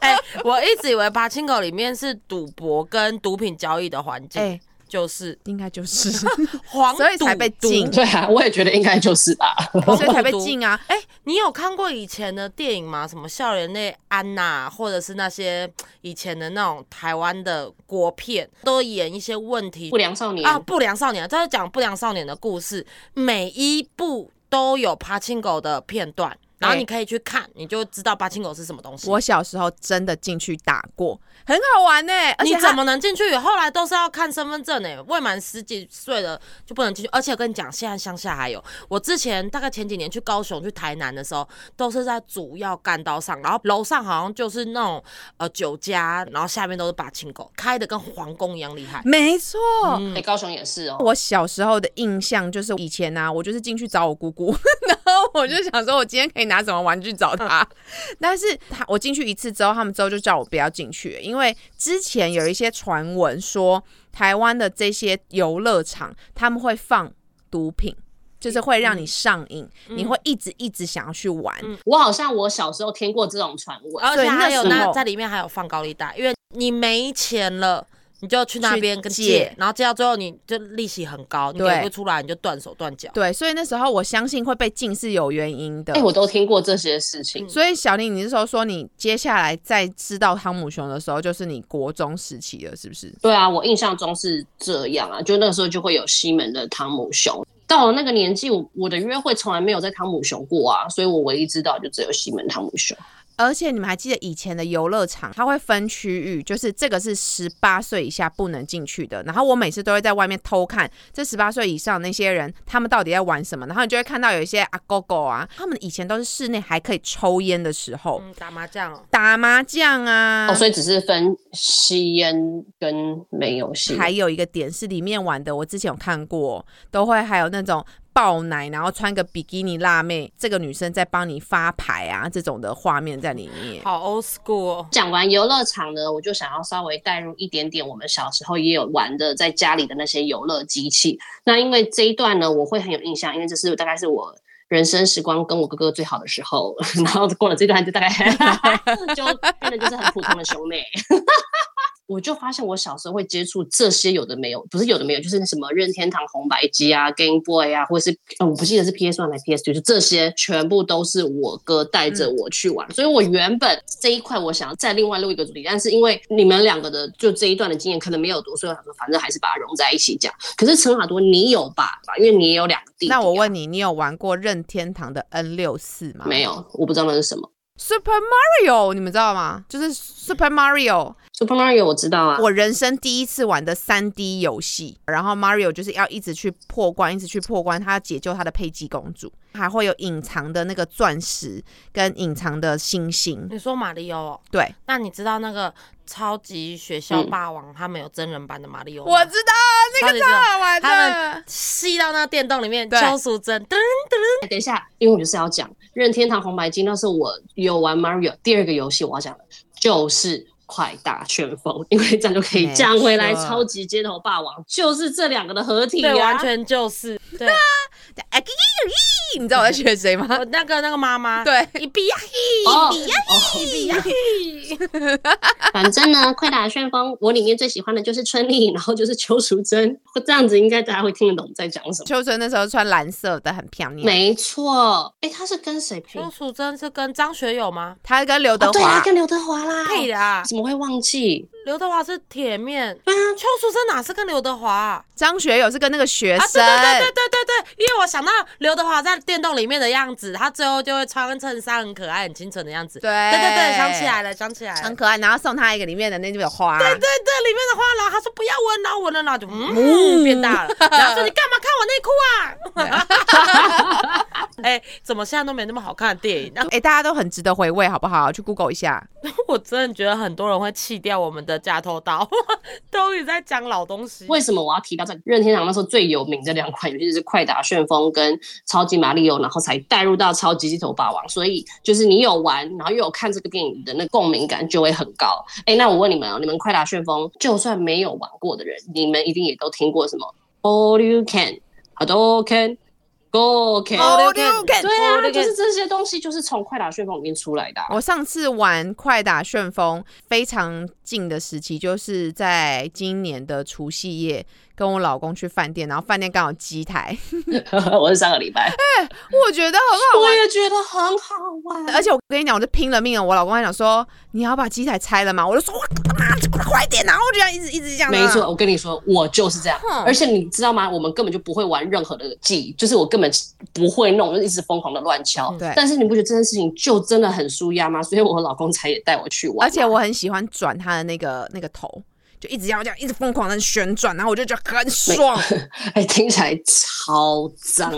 哎、我一直以为八青狗里面是赌博跟毒品交易的环境，
哎
就是
应该 就是，
黄赌
所以才被
毒
禁
对啊，我也觉得应该就是吧。
所以才被禁 啊。
哎、你有看过以前的电影吗？什么《校园内安娜》，或者是那些以前的那种台湾的国片，都演一些问题
不良少年
啊，不良少年，这是讲不良少年的故事，每一部都有爬青狗的片段，然后
对
你可以去看，你就知道爬青狗是什么东西。
我小时候真的进去打过，很好玩呢、而且
你
它
怎么能进去？后来都是要看身份证诶、未满十几岁的就不能进去。而且我跟你讲，现在乡下还有，我之前大概前几年去高雄、去台南的时候，都是在主要干道上，然后楼上好像就是那种呃酒家，然后下面都是把青狗，开的跟皇宫一样厉害。
没错。
哎，高雄也是哦。
嗯我小时候的印象就是，以前呢、啊，我就是进去找我姑姑， 然后我就想说，我今天可以拿什么玩具找她。
嗯
但是她我进去一次之后，他们之后就叫我不要进去，因为之前有一些传闻说，台湾的这些游乐场他们会放毒品，就是会
嗯
让你上瘾，你会一直一直想要去玩。
我好像我小时候听过这种传闻，
哦
而且还有
所以那时
那
候
在里面还有放高利贷，因为你没钱了。你就去那边跟
去
借，
借
然后借到最后你就利息很高，你
对
给不出来你就断手断脚。
对，所以那时候我相信会被禁是有原因的。
哎、我都听过这些事情。
所以小林，你那时候说你接下来再吃到汤姆熊的时候，就是你国中时期了，是不是？
对啊，我印象中是这样啊，就那个时候就会有西门的汤姆熊。到了那个年纪，我我的约会从来没有在汤姆熊过啊，所以我唯一知道就只有西门汤姆熊。
而且你们还记得以前的游乐场，它会分区域，就是这个是十八岁以下不能进去的。然后我每次都会在外面偷看这十八岁以上那些人，他们到底在玩什么。然后你就会看到有一些阿狗狗啊，他们以前都是室内还可以抽烟的时候，
嗯，打麻将哦。
打麻将啊。
哦，所以只是分吸烟跟没有吸烟。
还有一个点是里面玩的，我之前有看过，都会还有那种爆奶，然后穿个比基尼辣妹，这个女生在帮你发牌啊，这种的画面在里面。
好 old school 哦。
讲完游乐场呢，我就想要稍微带入一点点我们小时候也有玩的，在家里的那些游乐机器。那因为这一段呢，我会很有印象，因为这是大概是我人生时光跟我哥哥最好的时候。 然后过了这段，就大概 就变得就是很普通的兄妹。我就发现我小时候会接触这些有的没有，不是有的没有，就是什么任天堂红白机啊、Game Boy 啊，或者是、呃、我不记得是 PS One 还是 PS Two，就这些全部都是我哥带
嗯
着我去玩。所以我原本这一块我想要再另外录一个主题，但是因为你们两个的就这一段的经验可能没有多，所以我想说反正还是把它融在一起讲。可是陈卡多，你有吧？因为你也有两个弟啊弟、
那
啊
我。问你，你有玩过任天堂的 N 六四吗？
没有，我不知道那是什么。
Super Mario，你们知道吗？就是 Super Mario，
Super Mario 我知道啊，
我人生第一次玩的三 D 游戏。然后 Mario 就是要一直去破关，一直去破关，他要解救他的佩姬公主，还会有隐藏的那个钻石跟隐藏的星星。
你说马里奥哦，
对，
那你知道那个超级学校霸王他们有真人版的马里奥
嗯
吗？
我知道那个超好玩
他们
的，
吸到那个电动里面，
对
邱淑贞，噔，
等一下，因为我就是要讲任天堂红白机，那是我有玩 Mario 第二个游戏，我要讲的就是快打旋风，因为这样就可以降回来
没错
超级街头霸王，就是这两个的合体、啊，
对，完全就是对。
哎，你知道我在学谁吗？
我那个那个妈妈，
对
一比呀
哦
嘿，一比呀嘿，一比呀嘿，
哦
反正呢，快打旋风我里面最喜欢的就是春丽，然后就是邱淑贞，这样子应该大家会听得懂在讲什么。
秋春那时候穿蓝色的，很漂
嗯
亮。
没错，哎、他是跟谁配？
邱
哦，
淑贞是跟张学友吗？
他跟刘
哦
德
对啊，
华，
跟刘德华啦。
哦
配的啊，
怎么会忘记？
刘德华是铁面，
对啊，
邱淑贞哪是跟刘德华啊？
张学友是跟那个学
啊，对
生，
对对对对对，因为我想到刘德华在电动里面的样子，他最后就会穿衬衫，很可爱、很清纯的样子。
对
对对对，想起来了，想起来了。
很可爱。然后送他一个里面的那就有花，
对对对，里面的花然后他说不要闻，然后闻了，然后就嗯变大了，然后说你干嘛看我内裤啊？ 哎、怎么现在都没那么好看的电影？那
哎，大家都很值得回味，好不好？去 Google 一下。
我真的觉得很多人会弃掉我们的假头刀， 都一直在讲老东西。
为什么我要提到这个任天堂那时候最有名的两款游戏就是《快打旋风》跟《超级马里奥》，然后才带入到《超级机头霸王》，所以就是你有玩，然后又有看这个电影的那共鸣感就会很高。哎，那我问你们哦，你们《快打旋风》就算没有玩过的人，你们一定也都听过什么？ all you can，好的 all can。Go can，、
All
哦 All
you
you
can
对啊
all you can
就是这些东西，就是从快打旋风里面出来的啊、
我上次玩快打旋风非常近的时期，就是在今年的除夕夜，跟我老公去饭店，然后饭店刚好机 台，
我是上个礼拜，
我觉得很好
我
玩。
也觉得很好玩，
而且我跟你讲，我就拼了命了。我老公还讲说：“你要把机台拆了吗？”我就说：“我他妈快点啊！”然后就这样一直一直这样。啊
没错，，我跟你说，我就是这样
哼。
而且你知道吗？我们根本就不会玩任何的技，就是我根本不会弄，就一直疯狂的乱敲。
对
但是你不觉得这件事情就真的很舒压吗？所以我和老公才也带我去玩嘛。
而且我很喜欢转他的那个那个头，就一直要这样一直疯狂的旋转，然后我就觉得很爽。
哎，听起来超脏。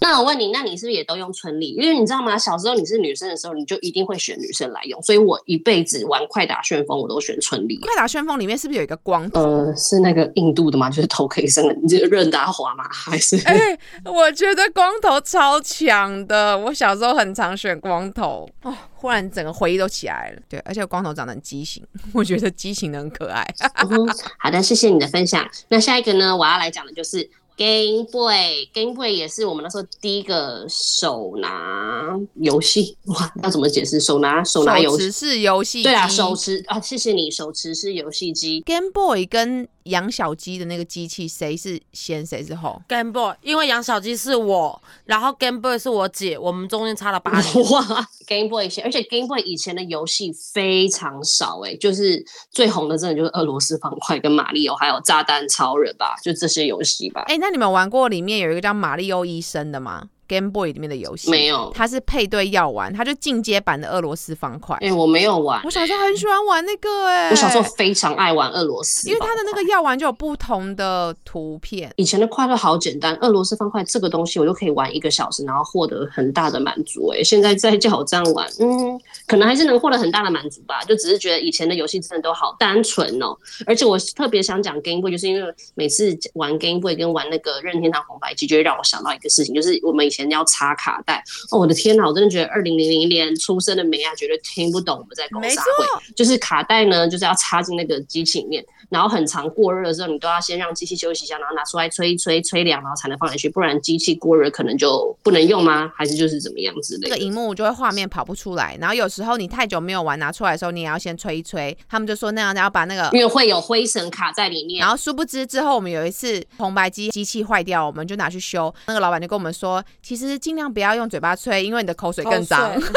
那我问你，那你是不是也都用春丽？因为你知道吗？小时候你是女生的时候，你就一定会选女生来用，所以我一辈子玩快打旋风，我都选春丽。
快打旋风里面是不是有一个光头？
呃，是那个印度的吗？就是头可以伸的，你这个任达华吗？还是？
哎、我觉得光头超强的，我小时候很常选光头哦，忽然整个回忆都起来了。对，而且光头长得很畸形， 我觉得畸形的很可爱。
嗯哼好的，谢谢你的分享。那下一个呢，我要来讲的就是 Game Boy。Game Boy 也是我们那时候第一个手拿游戏， 哇，要怎么解释？手拿手拿游
手
戏
持？式游戏
对啊，
机
手持啊，谢谢你，手持是游戏机。
Game Boy 跟养小鸡的那个机器，谁是先谁是后？
Game Boy，因为养小鸡是我，然后 Game Boy 是我姐，我们中间差了八年。
哇，Game Boy 以前，而且 Game Boy 以前的游戏非常少诶、就是最红的真的就是俄罗斯方块跟马里奥，还有炸弹超人吧，就这些游戏吧。
哎、那你们有玩过里面有一个叫马里奥医生的吗？Game Boy 里面的游戏
没有
它是配对药丸，它就进阶版的俄罗斯方块。
哎、我没有玩，
我小时候很喜欢玩那个、哎，
我小时候非常爱玩俄罗斯方块，
因为它的那个药丸就有不同的图片。
以前的快乐好简单，俄罗斯方块这个东西我就可以玩一个小时，然后获得很大的满足、欸。现在再叫我这样玩，嗯，可能还是能获得很大的满足吧。就只是觉得以前的游戏真的都好单纯哦。而且我特别想讲 Game Boy，就是因为每次玩 Game Boy 跟玩那个任天堂红白机，就会让我想到一个事情，就是我们以前要插卡带。哦，我的天呐，我真的觉得二零零零年出生的梅亚绝对听不懂我们在搞
没
啥
错
会。就是卡带呢，就是要插进那个机器里面，然后很长过热的时候，你都要先让机器休息一下，然后拿出来吹一吹，吹凉，然后才能放进去，不然机器过热可能就不能用吗？还是就是怎么样之类
那个
的？
荧幕就会画面跑不出来，然后有时候你太久没有玩，拿出来的时候你也要先吹一吹。他们就说那样，然后把那个
因为会有灰尘卡在里面
然。后殊不知之后，我们有一次红白机机器坏掉，我们就拿去修。那个老板就跟我们说，其实尽量不要用嘴巴吹，因为你的口水更脏。
口水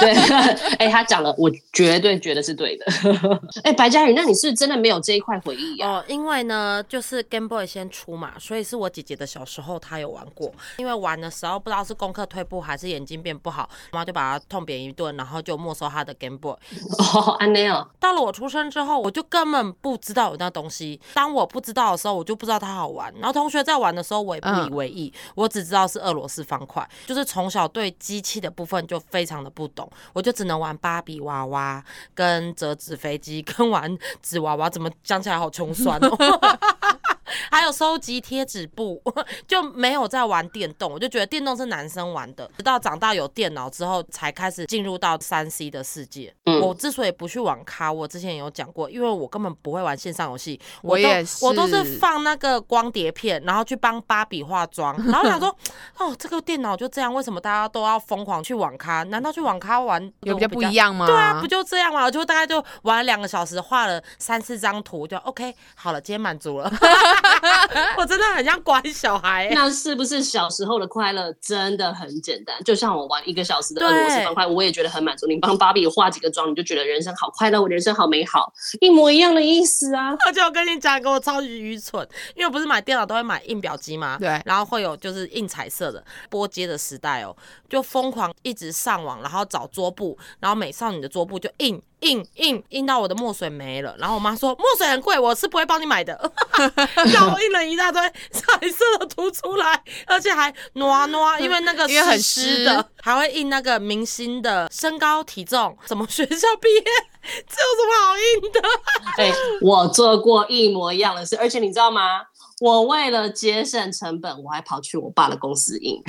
对，
对，哎、他讲了，我绝对觉得是对的。 哎、白嘉宇，那你是不是真的没有这一块回忆啊？
哦，因为呢，就是 Game Boy 先出嘛，所以是我姐姐的小时候她有玩过。因为玩的时候不知道是功课退步还是眼睛变不好，妈妈就把她痛扁一顿，然后就没收她的 Game Boy。
哦，安内哦，
到了我出生之后，我就根本不知道有那东西。当我不知道的时候，我就不知道它好玩。然后同学在玩的时候，我也不以为意，我只知道是俄罗斯方块。就是从小对机器的部分就非常的不懂，我就只能玩芭比娃娃、跟折纸飞机、跟玩纸娃娃，怎么讲起来好穷酸哦。 还有收集贴纸布， 就没有在玩电动。我就觉得电动是男生玩的，直到长大有电脑之后，才开始进入到三 C 的世界。
嗯
我之所以不去网咖，我之前有讲过，因为我根本不会玩线上游戏，
我
都
也
我都是
是
放那个光碟片，然后去帮芭比化妆，然后 想说，哦，这个电脑就这样，为什么大家都要疯狂去网咖？难道去网咖玩
有比
比
较
较
不一？样吗？
对啊，不就这样吗？我就大概就玩了两个小时，画了三四张图，就 OK，好了，今天满足了。 我真的很像乖小孩、欸。
那是不是小时候的快乐真的很简单？就像我玩一个小时的俄罗斯方块，我也觉得很满足。你帮芭比化几个妆，你就觉得人生好快乐，我人生好美好，一模一样的意思啊。
而且我跟你讲，一个我超级愚蠢，因为我不是买电脑都会买印表机嘛，
对
然后会有就是印彩色的波接的时代哦，就疯狂一直上网，然后找桌布，然后美少女的桌布就印印印印到我的墨水没了，然后我妈说墨水很贵，我是不会帮你买 的，叫我印了一大堆彩色的图出来，而且还挪挪，因为那个
因为很
是
湿
湿的，还会印那个明星的身高体重，什么学校毕业，这有什么好印的？
哎、我做过一模一样的事，而且你知道吗？我为了节省成本，我还跑去我爸的公司印。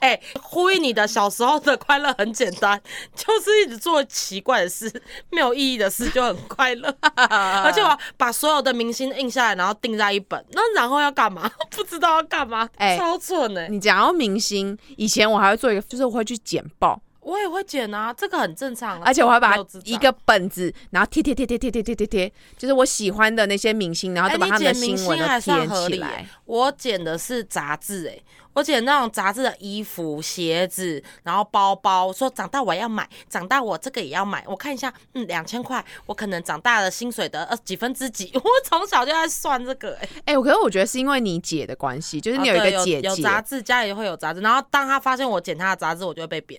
哎、呼吁你的小时候的快乐很简单，就是一直做奇怪的事、没有意义的事就很快乐。 而且我要把所有的明星印下来，然后定在一本，那然后要干嘛？ 不知道要干嘛，
哎
超蠢哎、
你讲到明星，以前我还会做一个，就是我会去剪报，
我也会剪啊，这个很正常啊、
而且我还把
没有智障
一个本子，然后贴贴贴贴贴贴贴贴贴，就是我喜欢的那些明星，然后
哎，
都把
你
他们的
剪
新
明
闻
星
都
还算
贴
合
起
理欸耶、
来。
我剪的是杂志，哎，我剪那种杂志的衣服、鞋子，然后包包，说长大我要买，长大我这个也要买，我看一下，嗯，两千块，我可能长大了薪水的呃几分之几， 我从小就在算这个、哎，
哎、我可是我觉得是因为你姐的关系，就是你
啊
有一
对
个姐
有
姐，
杂志，家里会有杂志，然后当他发现我剪他的杂志，我就会被扁。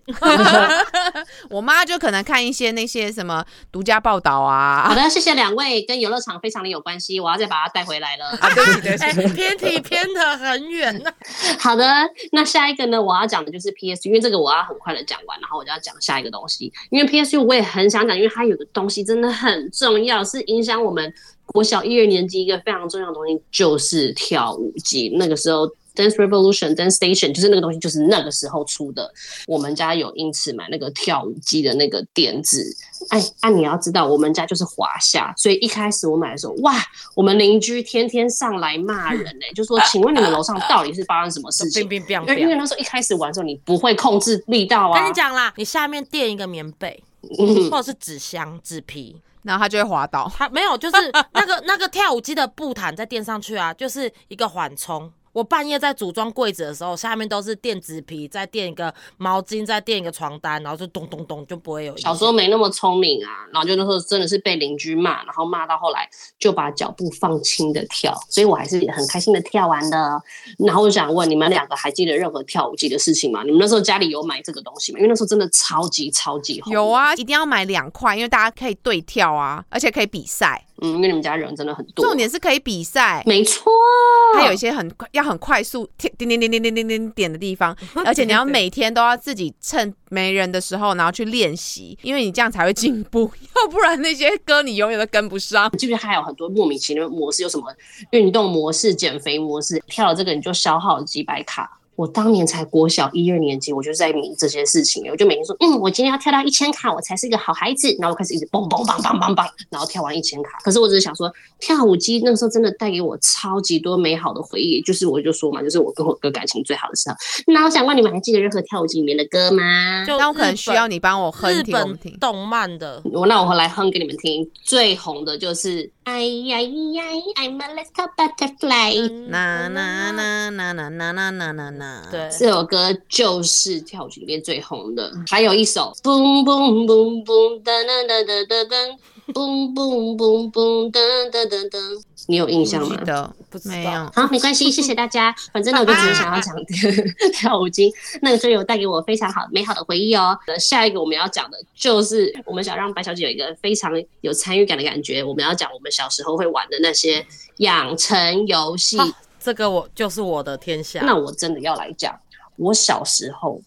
我妈就可能看一些那些什么独家报道啊
好，的，谢谢两位，跟游乐场非常的有关系，我要再把它带回来了。
啊对不起对不
哎、
起，
偏题偏的很远啊呢、
好的，那下一个呢，我要讲的就是 PSU，因为这个我要很快的讲完，然后我就要讲下一个东西。因为 PSU 我也很想讲，因为它有个东西真的很重要，是影响我们国小一二年级一个非常重要的东西，就是跳舞机。那个时候。Dance Revolution、Dance Station，就是那个东西，就是那个时候出的。我们家有因此买那个跳舞机的那个垫子。哎，啊，你要知道，我们家就是华夏，所以一开始我买的时候，哇，我们邻居天天上来骂人呢、就说：“请问你们楼上到底是发生什么事情
冰？”冰冰
因为因为
冰。
那时候一开始玩的时候，你不会控制力道啊。
跟你讲啦，你下面垫一个棉被，
嗯，
或者是纸箱、纸皮，
然后她就会滑倒。
他没有，就是 那个那个跳舞机的布毯再垫上去啊，就是一个缓冲。我半夜在组装柜子的时候，下面都是垫纸皮，再垫一个毛巾，再垫一个床单，然后就咚咚咚就不会有。
小时候没那么聪明啊，然后就那时候真的是被邻居骂，然后骂到后来就把脚步放轻的跳，所以我还是很开心的跳完的。然后我想问你们两个，还记得任何跳舞机的事情吗？你们那时候家里有买这个东西吗？因为那时候真的超级超级红。
有，啊，一定要买两块，因为大家可以对跳啊，而且可以比赛。
嗯，因为你们家人真的很多。
重点是可以比赛，
没错，
哦
它有一些很快要很快速点点点点点点点点的地方，
哦
而且你要每天都要自己趁没人的时候，然后去练习，因为你这样才会进 步，要不然那些歌你永远都跟不上。
嗯
记不记得还有很多莫名其妙的模式？有什么运动模式、减肥模式？跳了这个你就消耗几百卡。我当年才国小一二年级，我就在迷这些事情了，我就每天说，嗯，我今天要跳到一千卡，我才是一个好孩子。然后我开始一直蹦蹦蹦蹦蹦蹦，然后跳完一千卡。可是我只是想说，跳舞机那时候真的带给我超级多美好的回忆，就是我就说嘛，就是我跟我哥感情最好的时候。那我想问你们，还记得任何跳舞机里面的歌吗？
就
但我可能需要
日
你帮我
本
哼
日
听，我们
本
听。
动漫的，
我那我来哼给你们听，最红的就是哎呀呀，I'm a little butterfly。
na na na na na na na na na na，
嗯对，
这首歌就是跳舞曲里面最红的，还有一首嘣嘣嘣嘣噔噔噔噔噔噔，嘣嘣嘣嘣噔噔噔噔，你有印象
记
吗？
得
不知道
没有？
好，没关系，谢谢大家。反正呢，我就只是想要讲 跳舞机那个所以有带给我非常好美好的回忆哦。呃下一个我们要讲的就是，我们想让白小姐有一个非常有参与感的感觉。我们要讲我们小时候会玩的那些养成游戏。
好这个我就是我的天下。
那我真的要来讲，我小时候，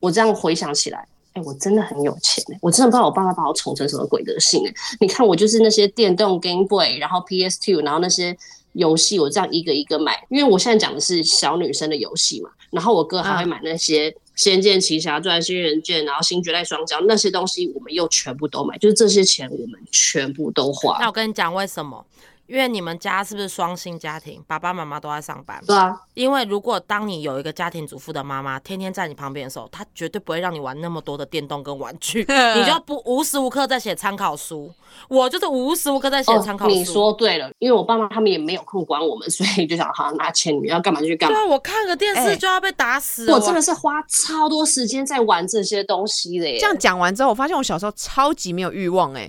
我这样回想起来，哎、我真的很有钱、欸、我真的不知道我爸爸把我宠成什么鬼德性哎、你看我就是那些电动 Game Boy，然后 PS Two，然后那些游戏，我这样一个一个买，因为我现在讲的是小女生的游戏嘛，然后我哥还会买那些。仙剑奇侠传、新人剑，然后新绝代双骄那些东西，我们又全部都买，就是这些钱我们全部都花
那。我跟你讲为什么？因为你们家是不是双薪家庭，爸爸妈妈都在上班？
对啊，
因为如果当你有一个家庭主妇的妈妈，天天在你旁边的时候，她绝对不会让你玩那么多的电动跟玩 具，你就不无时无刻在写参考书。我就是无时无刻在写参考
哦。
书。
你说对了，因为我爸妈他们也没有空管我们，所 以就想好拿钱，你们要干嘛就去干
对
嘛。
啊，我看个电
哎
视就要被打死了、
我真的是花超多时间在玩这些东西的耶。
这样讲完之后，我发现我小时候超级没有欲望哎、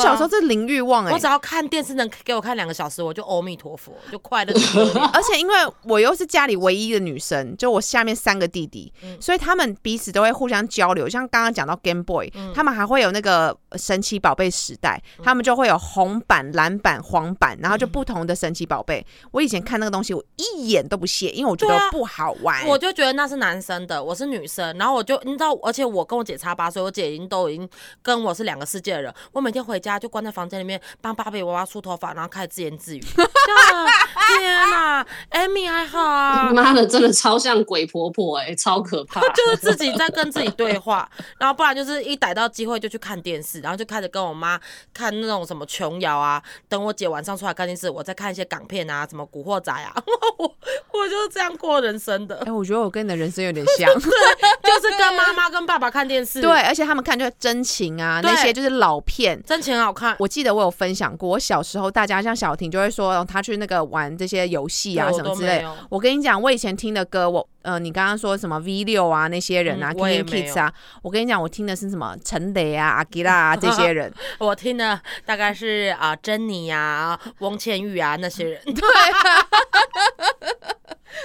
我
啊
小时候是零欲望哎、
我只要看电视能给我看两个小时，我就阿弥陀佛，就快乐地流泪。
而且因为我又是家里唯一的女生，就我下面三个
嗯嗯
弟弟，所以他们彼此都会互相交流。像刚刚讲到 Game Boy，、他们还会有那个呃神奇宝贝时代，他们就会有红版、蓝版、黄版，然后
嗯
就不同的神奇宝贝。我以前看那个东西，我一眼都不屑，因为我觉
对啊
得不好玩。
我就觉得那是男生的，我是女生，然后我就你知道，而且我跟我姐差八岁，我姐已经都已经跟我是两个世界的人。我每天回家就关在房间里面帮芭比娃娃梳头发，然后开始自言自语。 干天哪，Amy 还好啊，
妈的，真的超像鬼婆婆哎、超可怕。
就是自己在跟自己对话，然后不然就是一逮到机会就去看电视，然后就开始跟我妈看那种什么琼瑶啊，等我姐晚上出来看电视，我再看一些港片啊，什么古惑仔啊， 我我就是这样过人生的
哎、，我觉得我跟你的人生有点像，
就是跟妈妈跟爸爸看电视，
对，，而且他们看就是真情啊，
对
那些就是老片，
真情好看，
我记得我有分享过，我小时候大家像小婷就会说、哦、他去那个玩这些游戏啊
对
什么
我都
之类
没有。
我跟你讲，我以前听的歌，我呃，你刚刚说什么 V 六啊那些人啊
嗯我也
，King
没有
Kids 啊，我跟你讲，我听的是什么陈雷啊、 阿吉拉 啊这些人。
我听的大概是啊、珍妮呀、啊、翁倩玉啊那些人，
嗯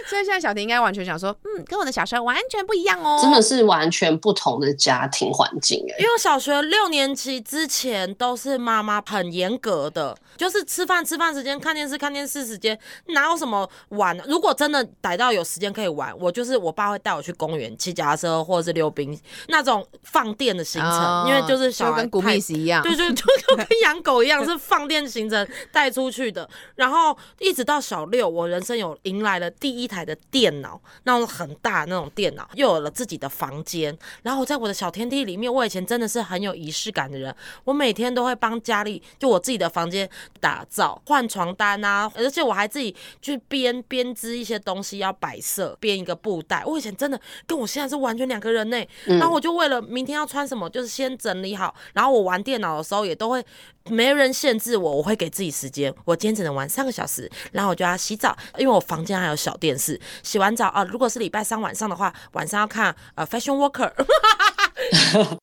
所以现在小婷应该完全想说，嗯，跟我的小时候完全不一样 哦。
真的是完全不同的家庭环境哎、
因为我小学六年级之前都是妈妈很严格的，就是吃饭吃饭时间、看电视看电视时间，哪有什么玩？如果真的逮到有时间可以玩，我就是我爸会带我去公园骑脚踏车或者是溜冰那种放电的行程，
啊
因为就是小孩
跟古
太
密斯一样，
对对，就就跟养狗一样，是放电行程带出去的。然后一直到小六，我人生有迎来了第一台的电脑，那种很大的那种电脑，又有了自己的房间。然后我在我的小天地里面，我以前真的是很有仪式感的人，我每天都会帮家里就我自己的房间打造，换床单啊，而且我还自己去编编织一些东西，要摆设，编一个布袋。我以前真的跟我现在是完全两个人呢、
嗯
然后我就为了明天要穿什么，就是先整理好。然后我玩电脑的时候也都会，没人限制我，我会给自己时间。我今天只能玩三个小时，然后我就要洗澡，因为我房间还有小电视。洗完澡啊、如果是礼拜三晚上的话，晚上要看呃《Fashion Walker》，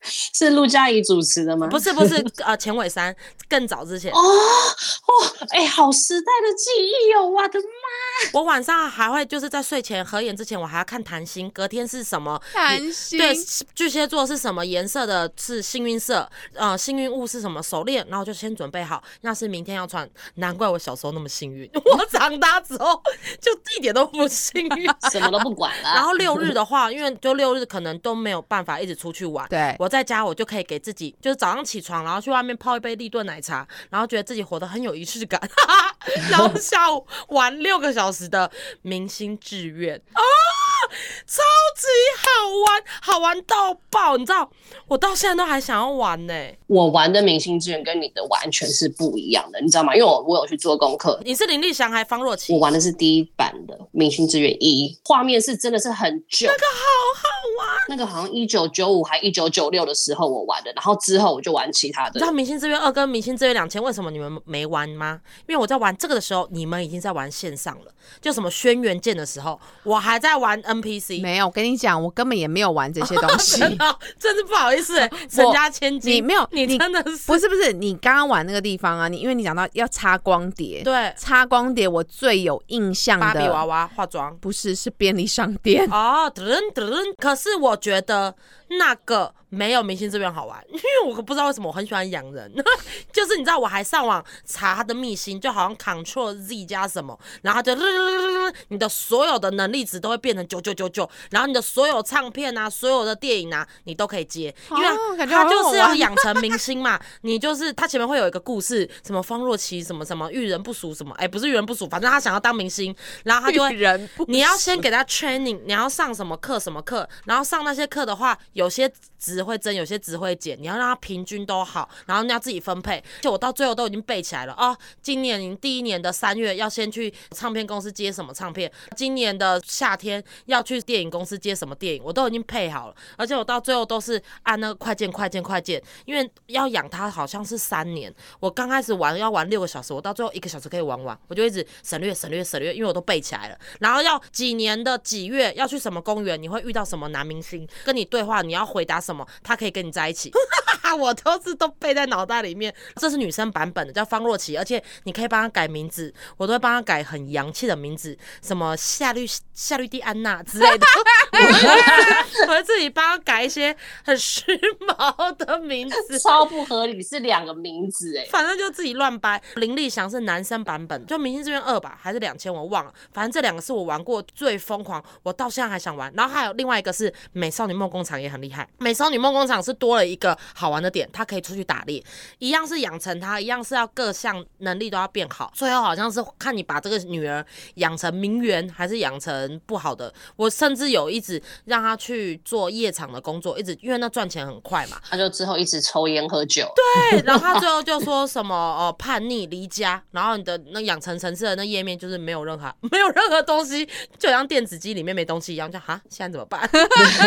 是陆佳怡主持的吗？
不是不 是呃钱伟山，更早之前。
哦哦，哎、好时代的记忆哦！我的妈，
我晚上还会就是在睡前合眼之前，我还要看谈心，隔天是什么
谈心
对，巨蟹座是什么颜色的？是幸运色，呃，幸运物是什么？手链，然后就先准备好，那是明天要穿。难怪我小时候那么幸运， 我长大之后就一点都不幸运。
什么都不管了。
然后六日的话，因为就六日可能都没有办法一直出去玩，
对
我在家我就可以给自己，就是早上起床，然后去外面泡一杯立顿奶茶，然后觉得自己活得很有仪式感， 然后下午玩六个小时的明星志愿啊，超级好玩，好玩到爆！你知道，我到现在都还想要玩呢、
我玩的明星志愿跟你的完全是不一样的，你知道吗？因为我我有去做功课，
你是林立祥还是方若琪？
我玩的是第一版的《明星志愿一》，画面是真的是很旧，那个好好玩，那个好像一九九五还一九九六的时候我玩的，然后之后我就玩其他
你知
的
道。《明星志愿二》跟《明星志愿两千》为什么你们没玩吗？因为我在玩这个的时候，你们已经在玩线上了，就什么轩辕剑的时候，我还在玩 NPC。
没有，我跟你讲，我根本也没有玩这些东西。
真的，哎真是不好意 思、身家千金，
你没有
你
你
真的是
不是不是，你刚刚玩那个地方啊，你因为你讲到要擦光碟，
对
擦光碟我最有印象的
芭比娃娃化妆
不是是便利商店。
哦，噔噔。可是我觉得那个没有《明星志愿》好玩，因为我不知道为什么我很喜欢养人， 就是你知道，我还上网查他的秘辛，就好像 Ctrl Z 加什么，然后它就你的所有的能力值都会变成九九九九，然后你的所有唱片啊、所有的电影啊，你都可以接，因为
哦感觉
他
好
就
好
是要
玩
养成明星嘛，你就是他前面会有一个故事，什么方若琪什么什么遇人不淑什么，哎，不是遇人不淑，反正他想要当明星，然后他就会
遇人不淑
你要先给他 training，你要上什么课什么课，然后上那些课的话，有些值会增，有些值会减，你要让他平均都好，然后你要自己分配。就我到最后都已经背起来了哦，今年第一年的三月要先去唱片公司接什么唱片，今年的夏天要去电影公司接什么电影，我都已经配好了，而且我到最后都是按那个快键快键快键，因为要养它好像是三年，我刚开始玩要玩六个小时，我到最后一个小时可以玩完，我就一直省略省略省略，因为我都背起来了。然后要几年的几月要去什么公园，你会遇到什么男明星，跟你对话，你要回答什么，他可以跟你在一起。 我都是都背在脑袋里面。这是女生版本的，叫方若琪，而且你可以帮她改名字，我都会帮她改很洋气的名字，什么夏绿夏绿蒂安娜之类的。我会我会自己帮她改一些很时髦的名字。
超不合理，是两个名字哎、
反正就自己乱掰。林立祥是男生版本，就《明星志愿二》吧，还是两千我忘了。反正这两个是我玩过最疯狂，我到现在还想玩。然后还有另外一个是《美少女梦工厂》也很厉害，《美少女梦工厂》是多了一个好玩的点，它可以出去打猎，一样是养成它，一样是要各项能力都要变好。最后好像是看你把这个女儿养成名媛还是养成不好的。我甚至有一直让她去做夜场的工作，一直因为那赚钱很快嘛，
他就之后一直抽烟喝酒，
对，然后他最后就说什么呃叛逆离家，然后你的那养成城市的那页面就是没有任何 没有任何东西，就像电子机里面没东西一样，就哈现在怎么办？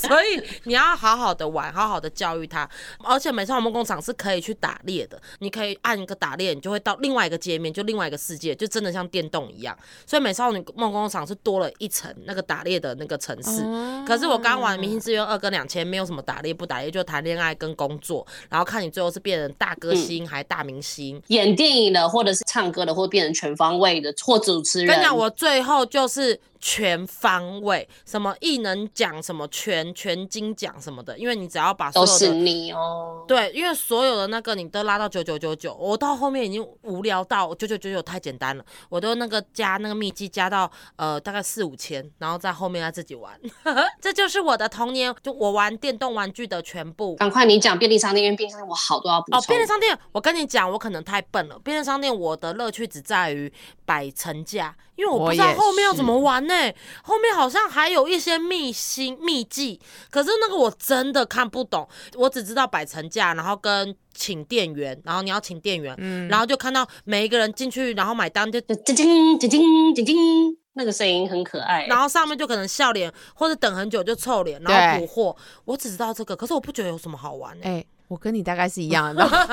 所以你要好好的玩，好好的教育他。而且美少女梦工厂是可以去打猎的，你可以按一个打猎，你就会到另外一个界面，就另外一个世界，就真的像电动一样。所以美少女梦工厂是多了一层那个打猎的那个城市。可是我刚
嗯
玩《明星志愿二》跟两千，没有什么打猎不打猎，就谈恋爱跟工作，然后看你最后是变成大
嗯
歌星还大明星。
演电影的，或者是唱歌的，或变成全方位的，或主持人。
跟你讲，我最后就是全方位，什么艺能奖，什么全全金奖什么的，因为你只要把所
都
有
是
的
你哦。
对，因为所有的那个你都拉到九九九九，我到后面已经无聊到九九九九太简单了，我都那个加那个秘籍加到呃大概四五千，然后在后面再自己玩， 这就是我的童年，就我玩电动玩具的全部。
赶快你讲便利商店，因为便利商店我好多要补充。
哦，便利商店，我跟你讲，我可能太笨了。便利商店我的乐趣只在于摆层架，因为我
我
不知道
也
后面要怎
是
么玩呢、后面好像还有一些秘辛秘技，可是那个我真的看不懂，我只知道摆层架，然后跟。请店员，然后你要请店员，
嗯
然后就看到每一个人进去，然后 买单就
就叮叮叮叮叮叮，那个声音很可爱。
然后上面就可能笑脸，或者等很久就臭脸，然后补货。我只知道这个，可是我不觉得有什么好玩、欸，
哎、我跟你大概是一样的，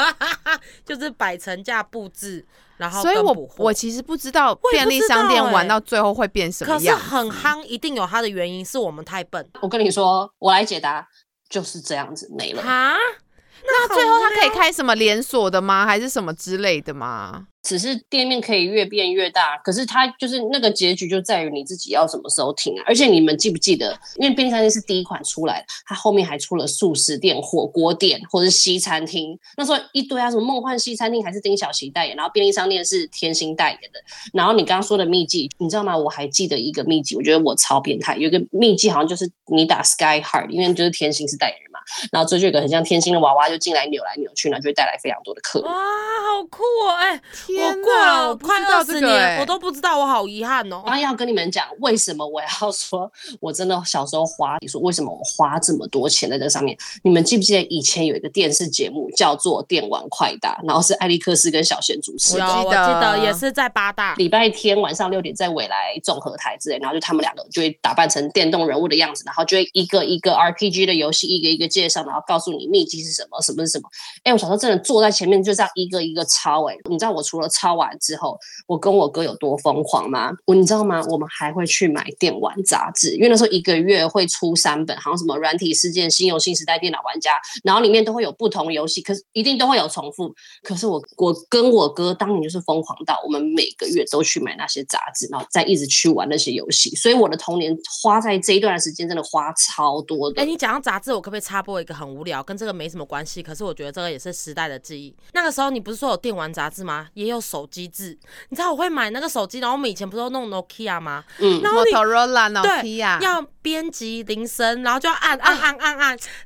就是摆层架布置，然后
所以
跟
我
补货
我其实不知道
我也
便
不
利
知
商店
道哎
玩到最后会变什
可
么
是
样。
很夯，一定有它的原因，是我们太笨
我跟你说，我来解答，就是这样子没了。
哈，那
啊最后他可以
看，
开什么连锁的吗？还是什么之类的吗？
只是店面可以越变越大，可是它就是那个结局就在于你自己要什么时候停啊。而且你们记不记得，因为便利商店是第一款出来的，它后面还出了素食店、火锅店或是西餐厅，那时候一堆啊，什么梦幻西餐厅还是丁小琪代言，然后便利商店是天心代言的。然后你刚刚说的秘籍，你知道吗？我还记得一个秘籍，我觉得我超变态，有一个秘籍好像就是你打 Sky Heart，因为就是天心是代言人嘛，然后这就有一个很像天心的娃娃就进来扭来扭去，然后就会带来非常多的客人
哇，。好酷哦！哎、
天
我过
哪，
了
不
快
知道
二
这
十
个
年，
哎
我都不知道，我好遗憾哦
我。要跟你们讲，为什么我要说，我真的小时候花，你说为什么我花这么多钱在这上面？你们记不记得以前有一个电视节目叫做《电玩快打》，然后是艾利克斯跟小贤主持
我有，
的。
哦我
记
记得嗯
得
也是在八大，
礼拜天晚上六点在未来综合台之类，然后就他们两个就会打扮成电动人物的样子，然后就会一个一个 RPG 的游戏一个一个介绍，然后告诉你秘籍是什么，什么是什么。哎、我小时候真的坐在前面就这样一个一个抄、哎，你知道我除了抄完之后，我跟我哥有多疯狂吗？我你知道吗？我们还会去买电玩杂志，因为那时候一个月会出三本，好像什么《软体事件》《新游新时代》《电脑玩家》，然后里面都会有不同游戏，可是一定都会有重复。可是我我跟我哥当年就是疯狂到，我们每个月都去买那些杂志，然后再一直去玩那些游戏，所以我的童年花在这一段的时间真的花超多的。
哎、你讲到杂志，我可不可以插播一个很无聊，跟这个没什么关系？可是我觉得这个也是时代的记忆。那个时候你不是说有电玩杂志吗？也有手机志。你知道我会买那个手机，然后我们以前不是都弄 Nokia 吗？
嗯
然后你
Motorola、
对，
Nokia，
要编辑铃声，然后就要按按按按按按，到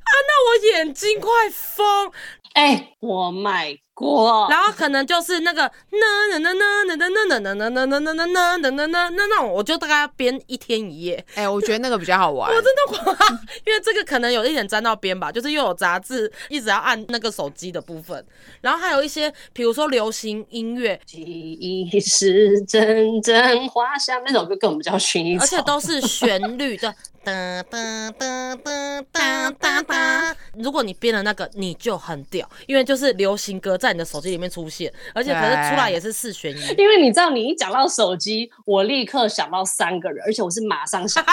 我眼睛快疯，
哎、我买过，
然后可能就是那个呢呢呢呢呢呢呢呢呢呢呢呢呢呢呢呢呢那种，我就大概要编一天一夜，
哎，我觉得那个比较好玩。
我真的狂，因为这个可能有一点沾到边吧，就是又有杂志一直要按那个手机的部分，然后还有一些比如说流行音乐，
记忆是阵阵花香，那首歌根本不叫薰衣草，
而且都是旋律的，哒哒哒哒哒哒哒。如果你编了那个，你就很屌，因为就是流行歌在你的手机里面出现，而且可是出来也是四选一。
因为你知道，你一讲到手机，我立刻想到三个人，而且我是马上想到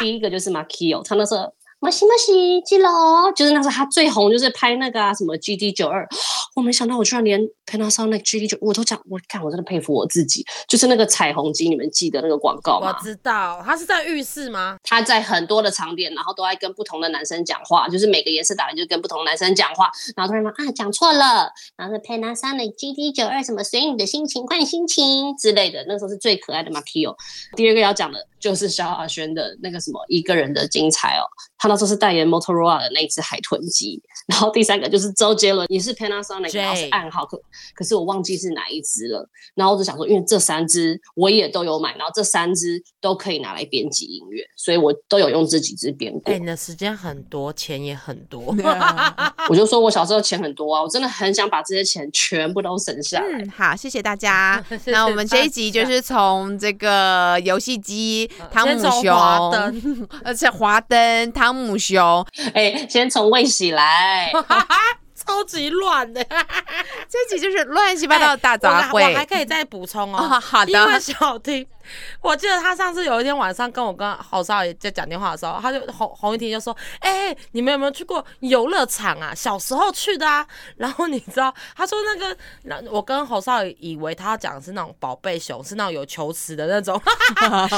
第一个就是 Makio，他那时候。摩西摩西基隆，就是那时候他最红，就是拍那个啊什么 GD 九二，我没想到我居然连 Panasonic GD 九，我都讲，我看我真的佩服我自己，就是那个彩虹机，你们记得那个广告
我
吗？
知道，他是在浴室吗？
他在很多的场点，然后都在跟不同的男生讲话，就是每个颜色打完就跟不同的男生讲话，然后突然说啊讲错了，然后是 Panasonic GD 九二什么随你的心情换心情之类的，那时候是最可爱的 Makio。第二个要讲的就是萧亚轩的那个什么一个人的精彩哦，他那时候是代言 Motorola 的那一只海豚机，然后第三个就是周杰伦也是 Panasonic，
J
然后是暗号，可可是我忘记是哪一只了。然后我就想说，因为这三支我也都有买，然后这三支都可以拿来编辑音乐，所以我都有用这几支编过。
哎、你的时间很多，钱也很多。
我就说我小时候钱很多啊，我真的很想把这些钱全部都省下来。
嗯，好，谢谢大家
谢。谢
那我们这一
大
集
家呃
就是从这个游戏机、汤姆
先从
熊
华灯，
而且华灯、汤姆熊，
哎、先从未洗来，
超级乱的，
这集就是乱七八糟的大
哎我
杂
还我还
烩。
可以再 补充哦。
哦好的
因为小婷，我记得她上次有一天晚上跟我跟郝少爷在讲电话的时候，她就洪洪一婷就说：“哎、你们有没有去过游乐场啊？小时候去的啊。”然后你知道，她说那个，然后我跟侯少爷以为他要讲的是那种宝贝熊，是那种有球池的那种，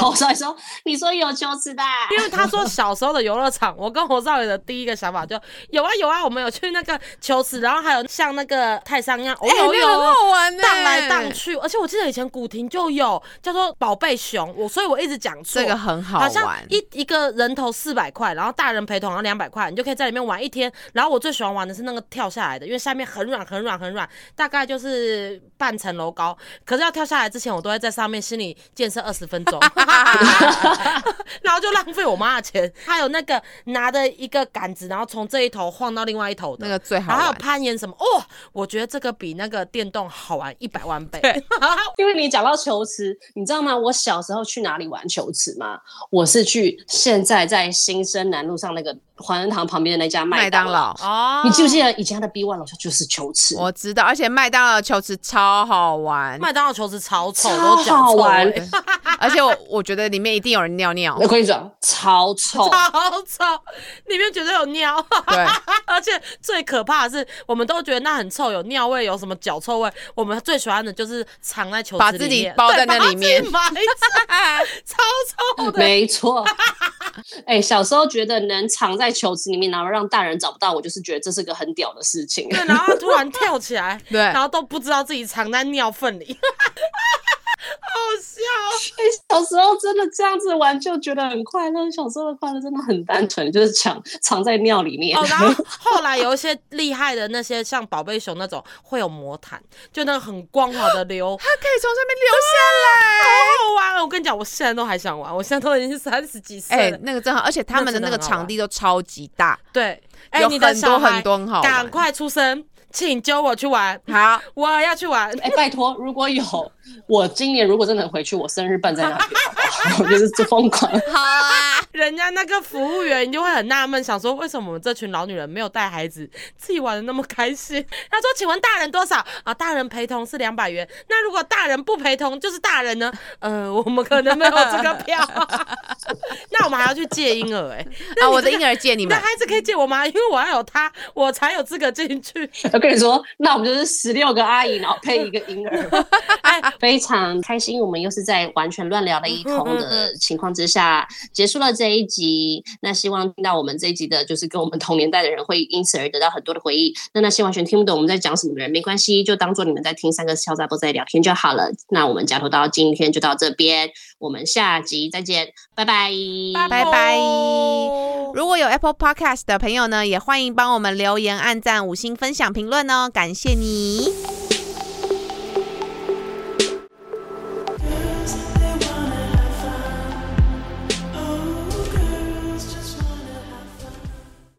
我所以说你说有羞耻的啊，
因为他说小时候的游乐场，我跟侯少爷的第一个想法就有啊有啊，我们有去那个球池，然后还有像那个泰山一样，哦
哎
有
那
有
个很
哦。
好玩呢，
荡来荡去，而且我记得以前古亭就有叫做宝贝熊，我所以我一直讲错，
这个很好
好像
玩。
一一个人头四百块，然后大人陪同要两百块，你就可以在里面玩一天。然后我最喜欢玩的是那个跳下来的，因为下面很软很软很软，大概就是半层楼高。可是要跳下来之前，我都会在上面心理建设二十分 钟，然后就浪费我妈的钱。还有那个拿着一个杆子，然后从这一头晃到另外一头的
那个最好
然后还有
玩，
攀岩什么哦，我觉得这个比那个电动好玩一百万 倍。
因为你讲到球池，你知道吗？我小时候去哪里玩球池吗？我是去现在在新生南路上那个华仁堂旁边的那家
麦
麦
当
当劳。
劳，
哦
你记不记得以前它的 B one 楼下就是球池？
我知道，而且麦当劳的球池超好 玩，
麦当劳球池超臭，
超
都脚
好
臭
玩
味
而且我我觉得里面一定有人尿尿
我，跟你讲，超
哦
臭。
超臭，里面绝对有尿，
对，
而且最可怕的是，我们都觉得那很臭，有尿味，有什么脚臭味。我们最喜欢的就是藏在球
把
池
自
里
己
面，
包
对
在那
把
里面
自己埋着超臭的。
没错， 哎、小时候觉得能藏在球池里面，然后让大人找不到我，就是觉得这是个很屌的事情。
对，然后他突然跳起来，
对，
然后都不知道自己藏在尿粪里， 好笑哦。
哎小时候真的这样子玩就觉得很快乐，小时候的快乐真的很单纯，就是藏藏在尿里面。
哦，然后后来有一些厉害的那些，像宝贝熊那种会有魔毯，就那个很光滑的流
它可以从上面流下来。
好好玩哦。我跟你讲，我现在都还想玩，我现在都已经三十几
哎、
岁了。
那个真好，而且他们的那个场地都超级大。
对，哎、
有
你的
很多
小孩
很多很好玩
赶快出生，请揪我去玩，
好，
我要去玩。
哎、拜托，如果有我今年如果真的回去，我生日办在那边好不好， 我就是疯狂。
好 啊，
人家那个服务员，你就会很纳闷，想说为什么我们这群老女人没有带孩子，自己玩的那么开心？他说：“请问大人多少 啊？大人陪同是两百元，那如果大人不陪同就是大人呢？ 呃，我们可能没有这个票， 那我们还要去借婴儿 哎、那
啊，
你
我的
这个
婴儿借你
你
们
的。孩子可以借我吗？因为我要有他，我才有资格进去。
我跟你说，那我们就是十六个阿姨，然后配一个婴儿，
哎，
非常开心。我们又是在完全乱聊的一通的情况之下，结束了这一集。那希望听到我们这一集的，就是跟我们同年代的人，会因此而得到很多的回忆。那那些完全听不懂我们在讲什么的人，没关系，就当做你们在听三个小杂波在聊天就好了。那我们假头到今天就到这边，我们下集再见，拜拜，
拜拜如果有 Apple Podcast 的朋友呢，也欢迎帮我们留言、按赞、五星分享、评论哦，感谢你。